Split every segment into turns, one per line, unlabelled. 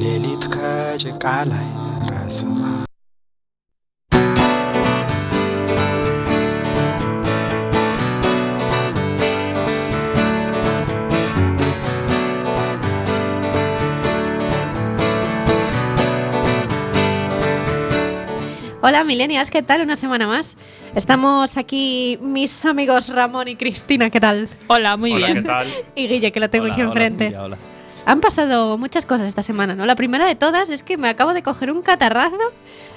ሌሊት ከጭቃ ላይ ራስማ
Hola Milenias, ¿qué tal? Una semana más. Estamos aquí mis amigos Ramón y Cristina, ¿qué tal?
Hola, muy
Hola, ¿qué
bien.
tal?
Y Guille, que lo tengo
Hola,
aquí
hola,
enfrente.
Julia, hola.
Han pasado muchas cosas esta semana, ¿no? La primera de todas es que me acabo de coger un catarrazo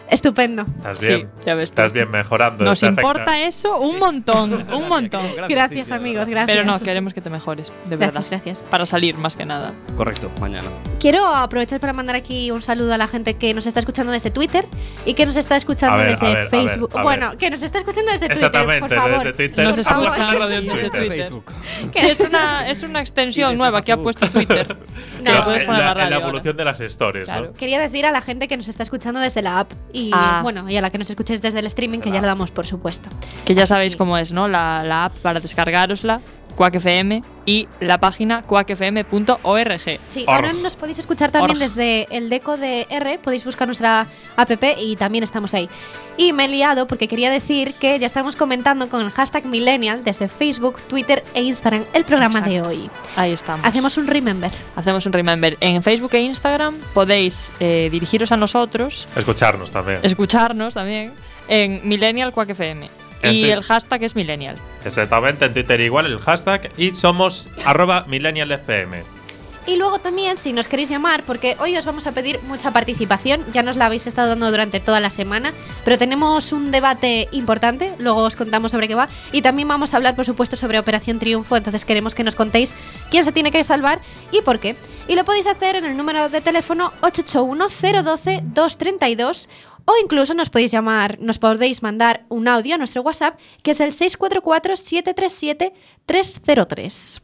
estupendo.
¿Estás
Sí,
bien?
ya ves. tú.
Estás bien mejorando.
Nos
te afecta.
importa eso un montón, un montón.
Gracias, amigos, gracias.
Pero no, queremos que te mejores, de verdad.
Gracias, gracias.
Para salir más que nada.
Correcto, mañana.
Quiero aprovechar para mandar aquí un saludo a la gente que nos está escuchando desde Twitter y que nos está escuchando
A ver,
desde
a ver, a
Facebook.
ver, a ver.
bueno, que nos está escuchando desde Twitter, por
Exactamente,
favor.
desde Twitter.
Nos
Vamos a
escuchan
la radio en
desde
Twitter.
Twitter. Sí, es una, es una extensión
desde
nueva que ha
Facebook.
puesto Twitter.
No,
Que
Pero
lo puedes
en
poner
la,
a
en la
radio ahora.
evolución de las stories,
Claro.
¿no?
Quería decir a la gente que nos está escuchando desde la app y
Ah.
bueno, y a la que nos escuchéis desde el streaming, que ya lo damos, por supuesto.
Que ya
Así
sabéis
que-
cómo es, ¿no? La, la app para descargarosla, Quack FM y la página quackfm.org.
Sí,
Orf.
ahora nos podéis escuchar también
Orf.
desde el deco de R, podéis buscar nuestra app y también estamos ahí. Y me he liado porque quería decir que ya estamos comentando con el hashtag Millennial desde Facebook, Twitter e Instagram el programa de
Exacto.
hoy.
Ahí estamos.
Hacemos un remember.
Hacemos un remember. En Facebook e Instagram podéis eh, dirigiros a nosotros,
Escucharnos también.
escucharnos también en Millennial Quack FM.
En
Y
Twi-
el hashtag es Millennial.
Exactamente, en Twitter igual el hashtag y somos arroba millennialfm.
Y luego también, si nos queréis llamar, porque hoy os vamos a pedir mucha participación, ya nos la habéis estado dando durante toda la semana, pero tenemos un debate importante, luego os contamos sobre qué va, y también vamos a hablar, por supuesto, sobre Operación Triunfo, entonces queremos que nos contéis quién se tiene que salvar y por qué. Y lo podéis hacer en el número de teléfono 881-012-232. O incluso nos podéis llamar, nos podéis mandar un audio a nuestro WhatsApp, que es el 644-737-303.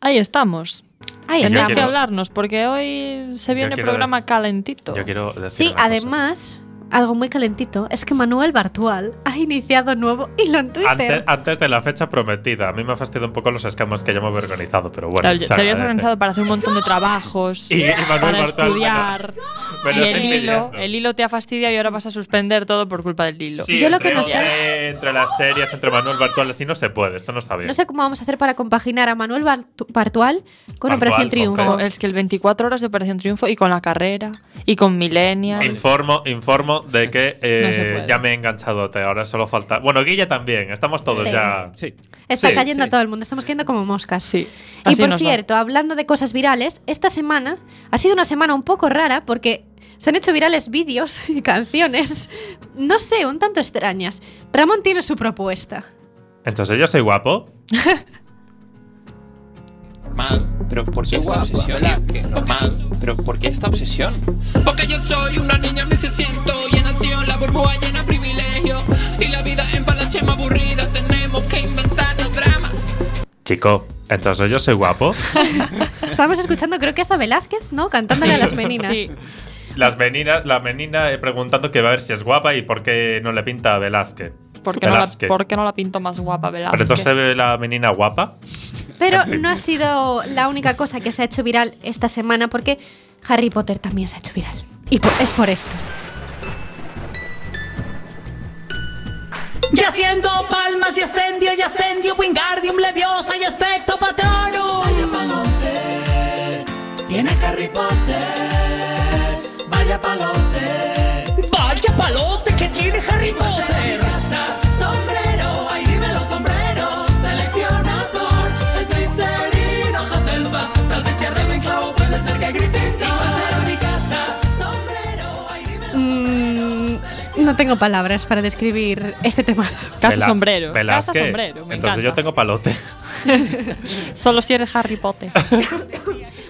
Ahí estamos.
Ahí
Tenéis
Yo
estamos.
que
quiero-
hablarnos porque hoy se viene
quiero-
programa calentito.
Yo quiero decir
Sí,
una cosa.
además, algo muy calentito es que Manuel Bartual ha iniciado nuevo hilo en Twitter.
Antes, antes de la fecha prometida, a mí me ha fastidiado un poco los escamas que yo me había organizado, pero bueno.
Claro, yo-
se
te habías
agradece.
organizado para hacer un montón de trabajos,
Y- y Manuel
para
Bartol,
estudiar.
me lo
y
estoy
el hilo,
pidiendo.
el hilo te ha fastidiado y ahora vas a suspender todo por culpa del hilo.
Sí,
Yo lo
entre-
que no sé-
Entre las series, entre Manuel Bartual, así no se puede, esto no está bien.
No sé cómo vamos a hacer para compaginar a Manuel Bartu- Bartual con
Bartual,
Operación
con
Triunfo.
cómo.
Ojo, Es que el 24 horas de Operación Triunfo y con la carrera y con Millennial.
Informo, informo de que eh,
No se puede.
ya me he enganchado a te, ahora solo falta. Bueno, Guille también, estamos todos
Sí.
ya.
Sí.
Está
Sí,
cayendo
sí.
todo el mundo, estamos cayendo como moscas.
Sí.
Y
así
por
nos va.
cierto, hablando de cosas virales, esta semana ha sido una semana un poco rara porque se han hecho virales vídeos y canciones, no sé, un tanto extrañas. Ramón tiene su propuesta.
Entonces yo soy guapo.
Mal, pero ¿por qué esta obsesión? Normal, pero ¿por qué esta obsesión? Porque yo soy una niña 1600 y he nacido en la burbuja llena de privilegios. Y la vida en palacio es más aburrida, tenemos que inventarnos drama.
Chico, entonces yo soy guapo.
Estábamos escuchando, creo que es a Velázquez, ¿no? Cantándole a las meninas.
Sí.
Las meninas, la menina eh, preguntando que va a ver si es guapa y por qué no le pinta a Velázquez.
¿Por qué, no la,
Velázquez.
por qué no la pinto más guapa, Velázquez?
Pero entonces se ve la menina guapa.
Pero
En fin.
no ha sido la única cosa que se ha hecho viral esta semana porque Harry Potter también se ha hecho viral. Y po- es por esto.
Y haciendo palmas y ascendio y ascendio, Wingardium Leviosa y aspecto patronum. Vaya palote, tiene Harry Potter. Vaya palote. Vaya palote que tiene Harry Potter. Sombrero, ahí dime los sombreros. Seleccionador, Slytherin o Hufflepuff. Tal vez sea Ravenclaw, puede ser que Gryffindor. Pasar a mi casa. Sombrero, ahí dime los
Mm, no tengo palabras para describir este tema.
Casa
Vela-
sombrero.
Velázquez.
Casa sombrero. me
entonces
encanta.
yo tengo palote.
Solo si eres Harry Potter.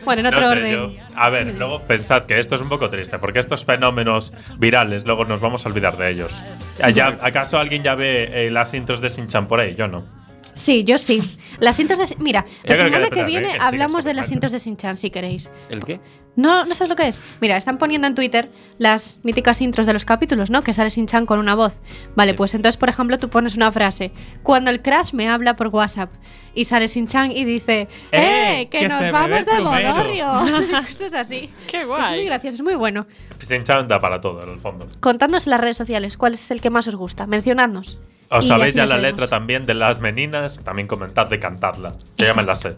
Bueno, en otro
No sé,
orden.
yo- A ver, luego pensad que esto es un poco triste, porque estos fenómenos virales luego Ah, nos vamos a olvidar de ellos. Allá- ¿Acaso alguien ya ve eh, las intros de Sinchan por ahí? Yo no.
Sí, yo sí. Las cintas de. Mira, la
creo que
semana
la
que,
tendrá,
viene
¿eh? Él sí que
hablamos
es
de las
perfecto.
cintas de Sinchan, si queréis.
¿El qué?
No, no sabes lo que es. Mira, están poniendo en Twitter las míticas intros de los capítulos, ¿no? Que sale Sinchan con una voz. Vale, pues entonces, por ejemplo, tú pones una frase. Cuando el Crash me habla por WhatsApp y sale Sinchan y dice, ¡Eh!
¡Eh,
que,
que
nos
se me
vamos
ve
de
el plumero!
bodorrio. Cosas así.
¡Qué
Es muy
guay!
gracioso, es muy bueno.
Sinchan da para todo, en el fondo.
Contadnos en las redes sociales cuál es el que más os gusta. Mencionadnos.
Os
Y
sabéis
así
ya
nos
la
vemos.
letra también de las meninas, también comentad de cantarla. Que ya me la sé.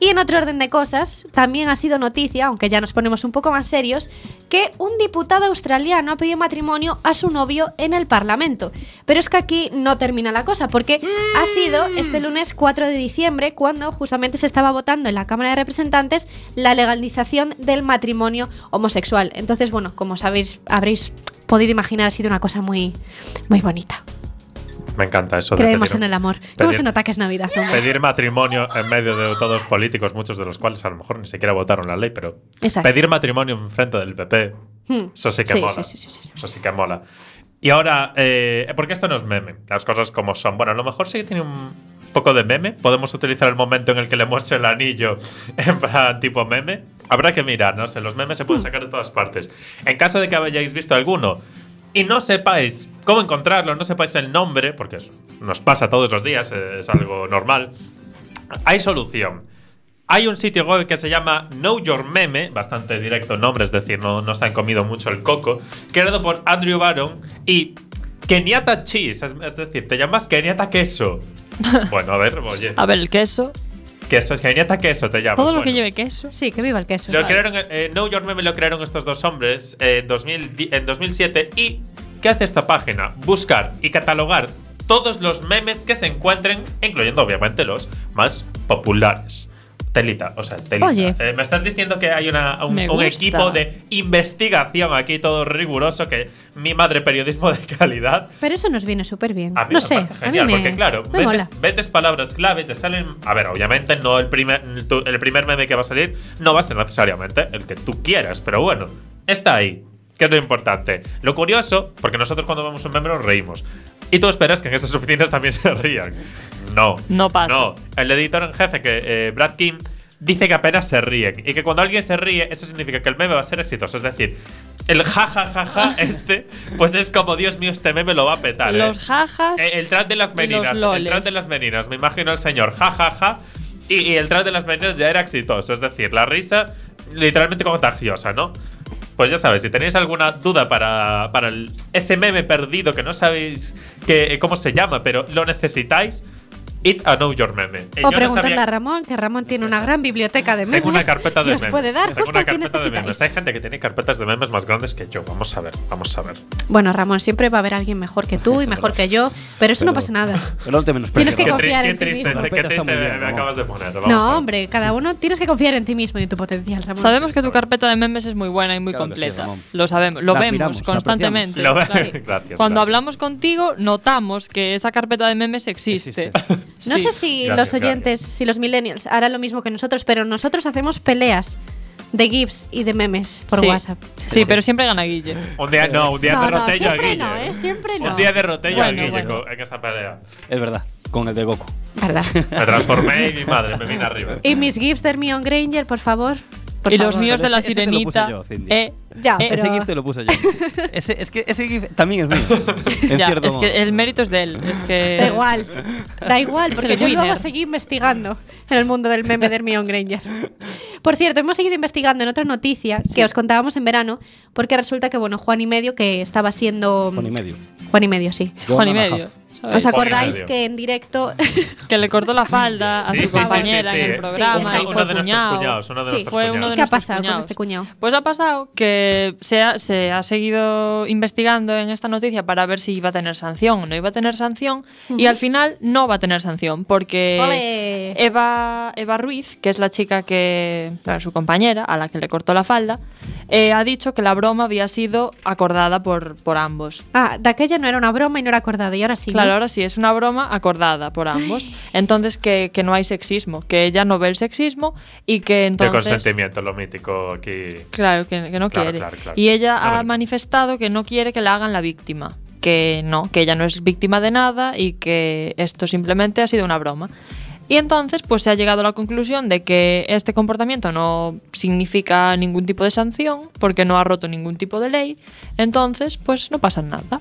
Y en otro orden de cosas, también ha sido noticia, aunque ya nos ponemos un poco más serios, que un diputado australiano ha pedido matrimonio a su novio en el Parlamento. Pero es que aquí no termina la cosa, porque ha sido este lunes 4 de diciembre, cuando justamente se estaba votando en la Cámara de Representantes la legalización del matrimonio homosexual. Entonces, bueno, como sabéis, habréis podido imaginar, ha sido una cosa muy, muy bonita.
Me encanta eso. de
Creemos
pedir-
en el amor. ¿Cómo
pedir-
se nota que es Navidad? hombre?
Pedir matrimonio en medio de todos políticos, muchos de los cuales a lo mejor ni siquiera votaron la ley, pero
Exacto.
pedir matrimonio en frente del PP,
Hmm.
eso sí que
Sí,
mola.
sí, sí, sí, sí.
Eso sí que mola. Y ahora, eh, porque esto no es meme, las cosas como son. Bueno, a lo mejor sí que tiene un poco de meme. Podemos utilizar el momento en el que le muestre el anillo en plan tipo meme. Habrá que mirar, no sé, los memes se
Hmm.
pueden sacar de todas partes. En caso de que hayáis visto alguno y no sepáis cómo encontrarlo, no sepáis el nombre, porque es- nos pasa todos los días, eh, es algo normal, hay solución. Hay un sitio web que se llama Know Your Meme, bastante directo el nombre, es decir, no, no se han comido mucho el coco, creado por Andrew Baron y Kenyatta Cheese, es, es decir, te llamas Kenyatta Queso. Bueno, a ver, oye,
A ver, el queso.
queso es Kenyatta Queso, te llamas.
Todo lo
Ah, pues bueno.
que lleve queso.
Sí, que viva el queso.
Lo crearon, eh, Know Your Meme lo crearon estos dos hombres eh, en, 2000 en 2007 y ¿qué hace esta página? Buscar y catalogar todos los memes que se encuentren, incluyendo obviamente los más populares. Telita, o sea, telita.
Oye.
Eh, me estás diciendo que hay una- un,
Me
un
gusta.
equipo de investigación aquí, todo riguroso, que mi madre periodismo de calidad.
Pero eso nos viene súper bien.
A mí
no
me
sé,
parece
a mí
genial,
me,
porque claro, eh,
me
metes,
mola.
metes palabras clave, te salen. A ver, obviamente no el primer, tu- el primer meme que va a salir no va a ser necesariamente el que tú quieras, pero bueno, está ahí, que es lo importante. Lo curioso, porque nosotros cuando vemos un meme nos reímos. Y tú esperas que en esas oficinas también se rían. No.
No pasa.
No. El editor en jefe, que eh, Brad Kim, dice que apenas se ríen. Y que cuando alguien se ríe, eso significa que el meme va a ser exitoso. Es decir, el jajajaja este, pues es como, Dios mío, este meme lo va a petar. ¿eh?".
Los jajas.
Eh, el trap de las
y los
meninas. El
loles.
trap de las meninas. Me imagino al señor, ja, ja, ja. Y, y el trap de las meninas ya era exitoso. Es decir, la risa literalmente contagiosa, ¿no? Pues ya sabéis, si tenéis alguna duda para, para el- ese meme perdido que no sabéis que, eh, cómo se llama, pero lo necesitáis, id a Know Your Meme. Eh, yo
O
no
preguntadle
sabía-
a Ramón, que Ramón tiene una gran biblioteca de memes.
tengo una carpeta de
y os
memes.
puede dar
Tengo
justo
una
lo que
carpeta de memes. Hay
necesitáis.
gente que tiene carpetas de memes más grandes que yo. Vamos a ver, vamos a ver.
Bueno, Ramón, siempre va a haber alguien mejor que tú y mejor que yo, pero eso no
Pero-
pasa nada.
El hombre menos
Tienes que
qué,
presionado.
tri-
confiar
qué
en ti
triste,
mismo.
qué
Carpeta está
triste
muy
me,
bien,
me
¿no?
acabas de poner. Vamos a ver.
No, hombre, cada uno tienes que confiar en ti mismo y en tu potencial, Ramón.
Sabemos que tu carpeta de memes es muy buena y muy
Claro que sí,
completa.
Ramón.
lo sabemos, lo
La
vemos
admiramos, la
constantemente.
Lo-
Claro.
gracias.
Cuando
gracias.
hablamos contigo, notamos que esa carpeta de memes existe.
No
Sí.
sé si
Gracias,
los oyentes, si los millennials harán lo mismo que nosotros, pero nosotros hacemos peleas de GIFs y de memes por
Sí.
WhatsApp.
Sí, pero siempre gana Guille.
Un día no, un día
No, no,
derroté yo a
siempre
Guille.
no, ¿eh? Siempre no.
Un día derroté yo a
Bueno,
Guille
bueno.
co- en esa pelea.
Es verdad, con el de Goku.
¿Verdad?
Me transformé y mi madre me vino arriba.
y mis GIFs de Hermione Granger, por favor. Por
y
favor.
los míos
Pero
de la
ese- ese te lo puse
sirenita.
yo, Cindy.
eh,
Ya,
eh,
pero-
Ese GIF te lo puse yo. Ese, es que ese GIF también es mío. En
ya,
cierto
es
modo.
que el mérito es de él. Es que
Da igual, da igual,
Eh, Es
porque
el
yo luego
winner.
seguí investigando en el mundo del meme de Hermione Granger. Por cierto, hemos seguido investigando en otra noticia que os contábamos en verano, porque resulta que, bueno, Juan y medio, que estaba siendo...
Con y medio.
Juan y medio, sí.
Yo
Juan y
no me
medio. ¿sabes?
¿Os
Juan y
acordáis
medio.
que en directo...
que le cortó la falda a su
Sí, sí, sí,
compañera
sí, sí.
en el programa
Sí,
y
exacto.
fue
Uno de nuestros
cuñado.
cuñados, uno de
Sí,
nuestros
fue uno
cuñados.
de
¿Qué ha
nuestros
pasado con
cuñados.
este cuñado?
Pues ha pasado que se ha, se ha seguido investigando en esta noticia para ver si iba a tener sanción o no iba a tener sanción y al final no va a tener sanción porque
Ole.
Eva, Eva Ruiz, que es la chica que, bueno, su compañera, a la que le cortó la falda, eh, ha dicho que la broma había sido acordada por, por ambos.
Ah, de aquella no era una broma y no era acordada, y ahora sí. ¿no?
Claro, ahora sí, es una broma acordada por ambos. Entonces, que, que no hay sexismo, que ella no ve el sexismo y que
De
entonces...
consentimiento, lo mítico aquí.
Claro, que, que no
Claro,
quiere.
claro, claro.
Y ella
No,
ha
bueno.
manifestado que no quiere que la hagan la víctima. que no, que ella no es víctima de nada y que esto simplemente ha sido una broma. Y entonces, pues se ha llegado a la conclusión de que este comportamiento no significa ningún tipo de sanción, porque no ha roto ningún tipo de ley. Entonces, pues no pasa nada.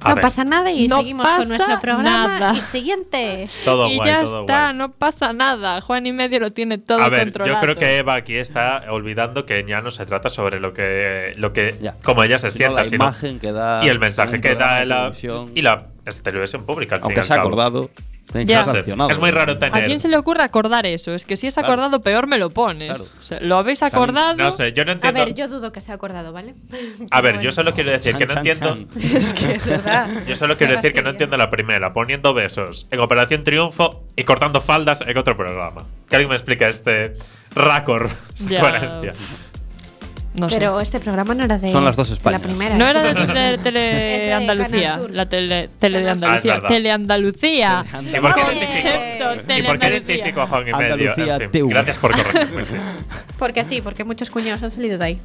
A
No
ver,
pasa nada y
No
seguimos con
pasa
nuestro programa.
nada.
Y siguiente.
Todo
y
guay,
ya
todo
está,
guay.
no pasa nada. Juan y medio lo tiene todo
a ver,
controlado.
yo creo que Eva aquí está olvidando que ya no se trata sobre lo que, lo que
Ya.
como ella se sienta,
la
sino-
imagen que da
y el mensaje
un
que
programa
da
de
la,
televisión,
y la es televisión pública. Al fin y
aunque
al
se ha
cabo.
acordado, tiene que
Ya.
ser
No sé,
sancionado.
es muy raro tener.
¿A quién se le ocurre acordar eso? Es que si es
Claro.
acordado, peor me lo pones.
Claro.
O sea, lo habéis acordado.
No sé, yo no
A
entiendo.
ver, yo dudo que se ha acordado, ¿vale?
A ver,
Bueno.
yo solo quiero decir que no
Chan,
entiendo.
chan,
Es que es verdad.
Yo solo quiero
Me
decir que no
fastidia.
entiendo la primera, poniendo besos en Operación Triunfo y cortando faldas en otro programa. Que alguien me explique este racor, esta
Ya.
coherencia.
No sé.
Pero este programa no era de.
Son las dos Españas.
La primera.
Oh, No era de tele,
Es
tele
de
Andalucía,
Canal Sur.
la tele, tele de
Canal Sur.
Ah,
Andalucía,
es verdad.
tele Andalucía.
chan.
¿Y por qué
Vale.
identifico, ¿y por qué
Teleandalucía.
identifico a Juan y medio?
Andalucía
En fin,
TV.
gracias por corregirme. Chris.
Porque sí, porque muchos cuñados han salido de ahí.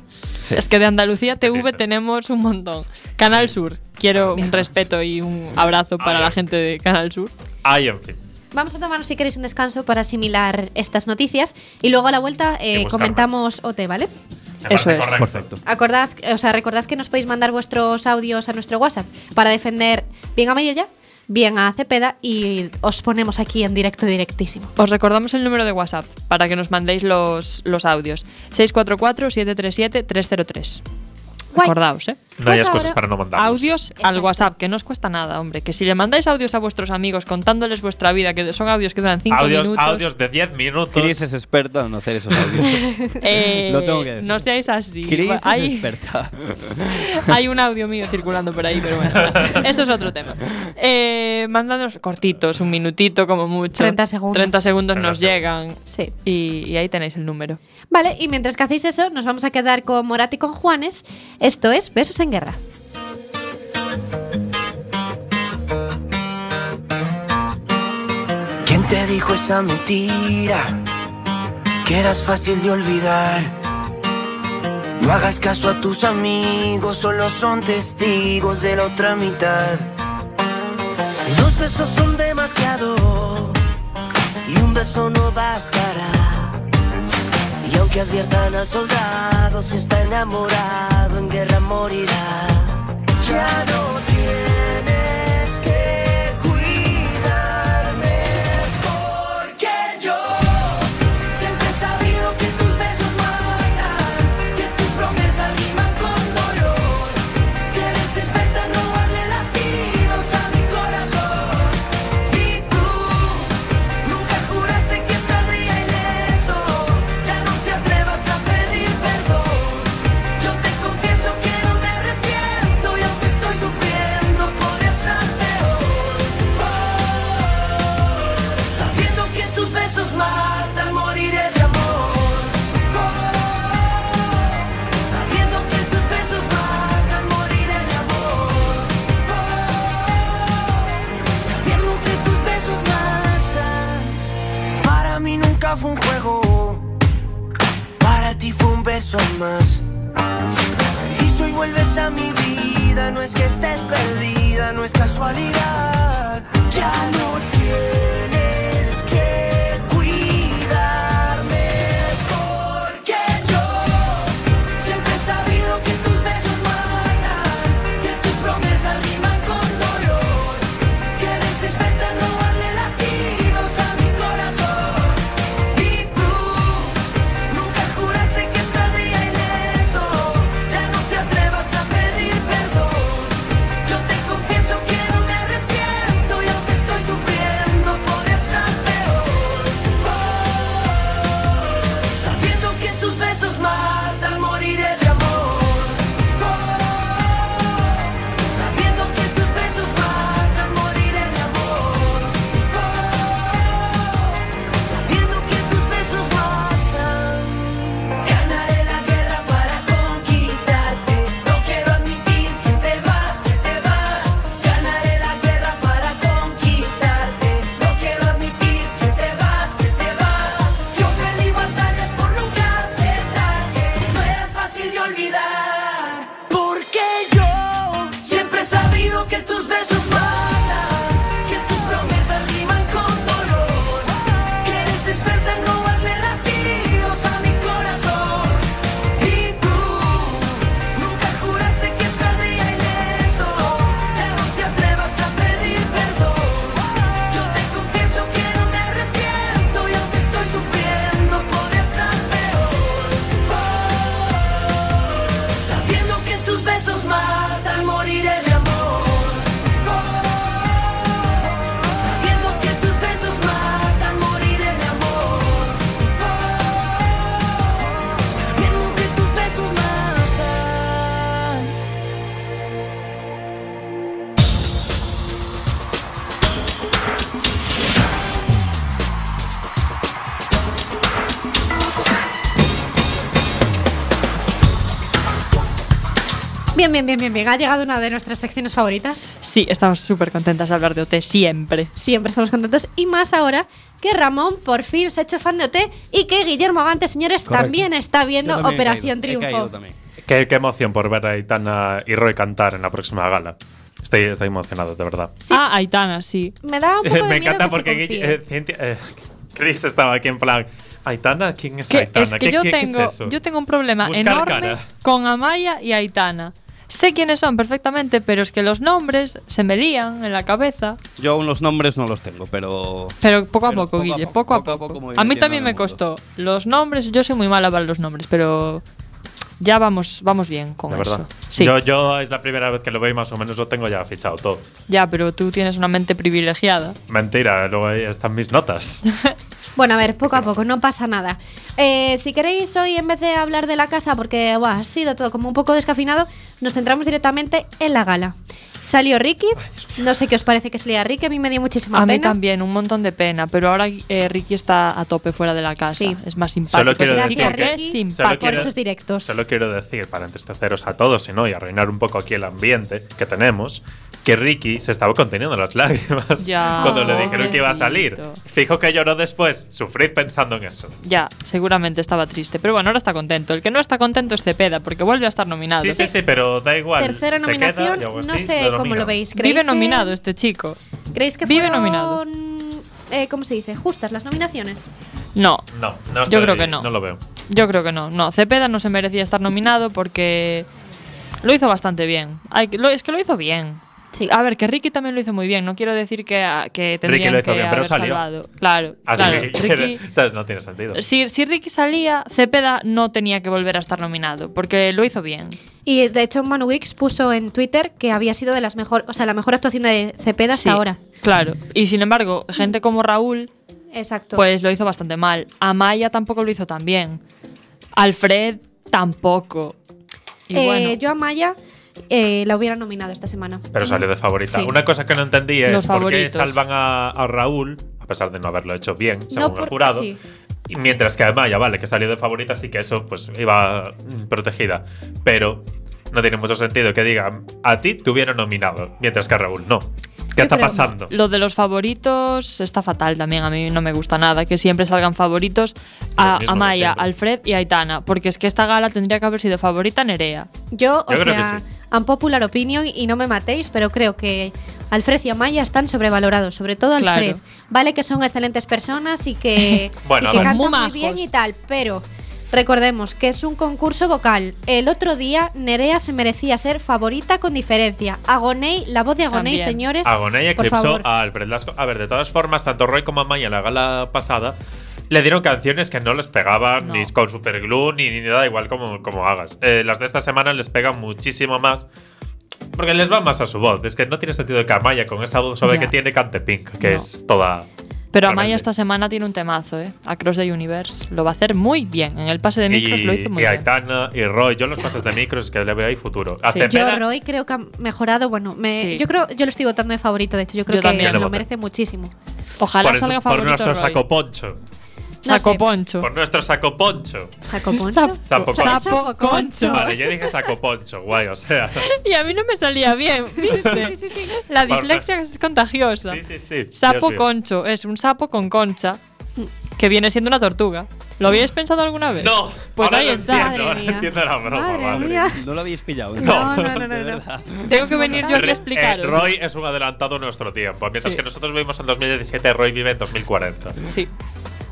Es que de Andalucía TV
triste.
tenemos un montón. Canal
Ah,
Sur, quiero un respeto y un abrazo para
Ay,
la
ay.
gente de Canal Sur.
Ay, en fin.
Vamos a tomarnos, si queréis, un descanso para asimilar estas noticias y luego a la vuelta eh,
Y buscar
comentamos OT, ¿vale?
Me
Eso
parece
es.
correcto.
Perfecto.
Acordad, o sea, recordad que nos podéis mandar vuestros audios a nuestro WhatsApp para defender bien a Mirella, bien a Cepeda y os ponemos aquí en directo directísimo.
Os recordamos el número de WhatsApp para que nos mandéis los, los audios. 644-737-303.
Guay.
Acordaos, ¿eh?
No
Pues
hay excusas
ahora-
para no mandar.
Audios al
Exacto.
WhatsApp, que no os cuesta nada, hombre. Que si le mandáis audios a vuestros amigos contándoles vuestra vida, que son audios que duran 5
Audios,
minutos.
audios de 10 minutos.
Chris es experta en hacer esos audios.
eh,
Lo tengo que decir.
No seáis así.
Chris es
Hay,
experta.
hay un audio mío circulando por ahí, pero bueno. eso es otro tema. Eh, mandadnos cortitos, un minutito como mucho.
30 segundos.
30 segundos nos
30
llegan.
Sí.
Y, y ahí tenéis el número.
Vale, y mientras que hacéis eso, nos vamos a quedar con Morat y con Juanes. Esto es Besos en Guerra.
¿Quién te dijo esa mentira? Que eras fácil de olvidar. No hagas caso a tus amigos, solo son testigos de la otra mitad. Dos besos son demasiado y un beso no bastará. Y aunque adviertan al soldado, si está enamorado, en guerra morirá. Ya no tienes que cuidarme porque yo siempre he sabido que tus besos matan, que tus promesas riman con dolor, que eres experta en robarle latidos a mi corazón. Y tú nunca juraste que saldría ileso, ya no te atrevas a pedir perdón. Yo te confieso que no me arrepiento y aunque estoy sufriendo podría estar peor. Oh, sabiendo que tus besos matan, moriré de amor. Oh, sabiendo que tus besos matan, moriré de amor. Oh, sabiendo que tus besos matan. Para mí nunca fue un juego, para ti fue un beso más. Y si hoy vuelves a mi vida, no es que estés perdida, no es casualidad. Ya no tienes que cuidarme porque yo siempre he sabido que tus besos matan, que tus promesas riman con dolor, que eres experta en robarle latidos a mi corazón. Y tú Nunca juraste que saldría ileso, ya no te atrevas a pedir perdón. Yo te confieso que no me arrepiento y aunque estoy sufriendo podría estar peor. Oh, sabiendo que tus besos matan, moriré de amor. Oh, sabiendo que tus besos matan, moriré de amor. Oh, sabiendo que tus besos matan. Ganaré la guerra para conquistarte. No quiero admitir que te vas, que te vas. Ganaré la guerra para conquistarte. No quiero admitir que te vas, que te vas. Yo perdí batallas por nunca aceptar que no eras fácil de olvidar. Porque yo siempre he sabido que tus Oh,
Bien, bien, bien, bien, bien. Ha llegado una de nuestras secciones favoritas.
Sí, estamos súper contentas de hablar de OT siempre.
Siempre estamos contentos. Y más ahora que Ramón por fin se ha hecho fan de OT y que Guillermo Avante, señores,
Correcto.
también está viendo
Yo también he
Operación
caído, he
Triunfo.
caído también.
Qué, qué emoción por ver a Aitana y Roy cantar en la próxima gala. Estoy, estoy emocionado, de verdad.
Sí.
Ah, Aitana, sí.
Me da Ah, un poco de
Eh, Me
miedo
encanta
que se
porque
confíe.
Guille- eh, cienti- eh, Chris estaba aquí en plan. Aitana, ¿quién es
Que-
Aitana?
es que
¿Qué-
yo,
qué- qué es
tengo,
eso?
yo tengo un problema
Buscar
enorme
cara.
con Amaya y Aitana. Sé quiénes son perfectamente, pero es que los nombres se me lían en la cabeza.
Yo aún los nombres no los tengo, pero.
Pero poco a
Pero
poco, Guille, poco a poco.
voy
a mí
metiéndome
también
en
me
el mundo.
costó. Los nombres, yo soy muy mala para los nombres, pero ya vamos, vamos bien con
De
eso.
verdad.
Sí,
Yo, yo es la primera vez que lo veo y más o menos lo tengo ya fichado todo.
ya, pero tú tienes una mente privilegiada.
Mentira, luego ahí están mis notas.
Bueno, a ver, poco a poco, no pasa nada. Eh, si queréis, hoy en vez de hablar de la casa, porque buah, ha sido todo como un poco descafinado, nos centramos directamente en la gala. Salió Ricky, no sé qué os parece que salía Ricky, a mí me dio muchísima
A
pena.
mí también, un montón de pena, pero ahora eh, Ricky está a tope fuera de la casa.
Sí.
Es más simpático.
Solo quiero
es un
decir
chico
que-
que es
Solo
quiero-
simpático.
Por esos directos.
Solo quiero decir, para entristeceros a todos y no, y arruinar un poco aquí el ambiente que tenemos, que Ricky se estaba conteniendo las lágrimas
Ya,
cuando le dijeron que iba a salir.
pobrecito.
Fijo que lloró después, sufrid pensando en eso.
Ya, seguramente estaba triste, pero bueno, ahora está contento. El que no está contento es Cepeda, porque vuelve a estar nominado.
Sí, sí, sí, pero da igual.
Tercera
se
nominación,
queda y algo
no
así,
sé
lo
cómo
nominan.
lo veis. ¿Creéis
Vive
que-
nominado este chico.
¿Creéis que
Vive
fueron,
nominado.
eh, ¿Cómo se dice? Justas las nominaciones.
No,
No, no
Yo
estoy-
creo que no.
No lo veo.
yo creo que no. No, Cepeda no se merecía estar nominado porque lo hizo bastante bien. Hay que- lo- es que lo hizo bien.
Sí.
A ver, que Ricky también lo hizo muy bien. No quiero decir que, a- que tendrían
lo hizo
que
bien, pero
haber
salió. Ah,
salvado. Claro,
Así
claro.
que,
Ricky-
¿sabes? No tiene sentido.
si, si Ricky salía, Cepeda no tenía que volver a estar nominado, porque lo hizo bien.
Y de hecho, Manu Wicks puso en Twitter que había sido de las mejor, o sea, la mejor actuación de Cepeda
Sí,
hasta ahora.
Claro. Y sin embargo, gente como Raúl
Exacto.
Pues lo hizo bastante mal. Amaya tampoco lo hizo tan bien. Alfred tampoco. Y
Eh,
bueno,
Yo a Maya eh, la hubiera nominado esta semana.
Pero salió de favorita.
Sí.
Una cosa que no entendí es
Los
por qué
favoritos.
salvan a, a Raúl, a pesar de no haberlo hecho bien, según
por-
el jurado.
sí.
Y mientras que a Maya, vale, que salió de favorita, así que eso pues iba mm, protegida. Pero no tiene mucho sentido que digan a ti te hubieran nominado, mientras que a Raúl no. ¿Qué está
creo-
pasando?
lo de los favoritos está fatal también. A mí no me gusta nada que siempre salgan favoritos a
Los mismos de
Amaya,
siempre.
Alfred y Aitana. Porque es que esta gala tendría que haber sido favorita Nerea.
Yo, o
Yo creo que
sea,
sí.
unpopular opinion y no me matéis, pero creo que Alfred y Amaya están sobrevalorados, sobre todo
Claro.
Alfred. Vale que son excelentes personas y que, y
Bueno, a
que
ver.
cantan
Muy
muy,
majos.
bien y tal, pero recordemos que es un concurso vocal. El otro día Nerea se merecía ser favorita con diferencia. Agoney, la voz de Agoney,
También.
señores.
Agoney
por
eclipsó
favor.
a Alfred Lasco. A ver, de todas formas, tanto Roy como Amaya en la gala pasada le dieron canciones que no les pegaban
No.
ni con superglue ni, ni da igual como, como hagas. Eh, las de esta semana les pegan muchísimo más porque les va más a su voz. Es que no tiene sentido que Amaya con esa voz suave
Ya.
que tiene cante Pink, que
No.
es toda...
Pero
Realmente.
Amaya esta semana tiene un temazo, ¿eh? Across the Universe. Lo va a hacer muy bien. En el pase de micros
y,
lo hizo muy
y
bien.
Aitana y Roy, yo los pases de micros que le veo ahí futuro. A
Sí.
Yo
Cepeda-
Roy creo que ha mejorado, bueno, me-
Sí.
yo creo yo lo estoy votando de favorito, de hecho, yo creo
Yo
que
también.
Yo
lo
lo voté.
merece muchísimo.
Ojalá
por, eso-
salga
por
favorito.
nuestro
Roy.
saco poncho.
No
Saco
sé.
poncho.
Por nuestro saco poncho.
Saco poncho.
Sapo
Sapo
Sapo
concho.
concho.
Vale, yo dije saco poncho, guay, o sea...
Y a mí no me salía bien, ¿viste?
Sí, sí, sí, sí.
La
Por
dislexia es contagiosa.
Sí, sí, sí. Dios
Sapo
mío.
concho, es un sapo con concha
Mm.
que viene siendo una tortuga. ¿Lo habéis pensado alguna vez?
No,
Pues
ahora
ahí
lo
está.
Entiendo,
Madre mía.
entiendo la broma,
Madre
madre.
mía.
No lo habéis pillado.
No.
No, no, no, no,
De
no.
verdad.
Tengo que venir yo aquí a
Eh,
explicaros.
Roy es un adelantado a nuestro tiempo. Mientras
Sí.
que nosotros vivimos en 2017, Roy vive en 2040.
Sí.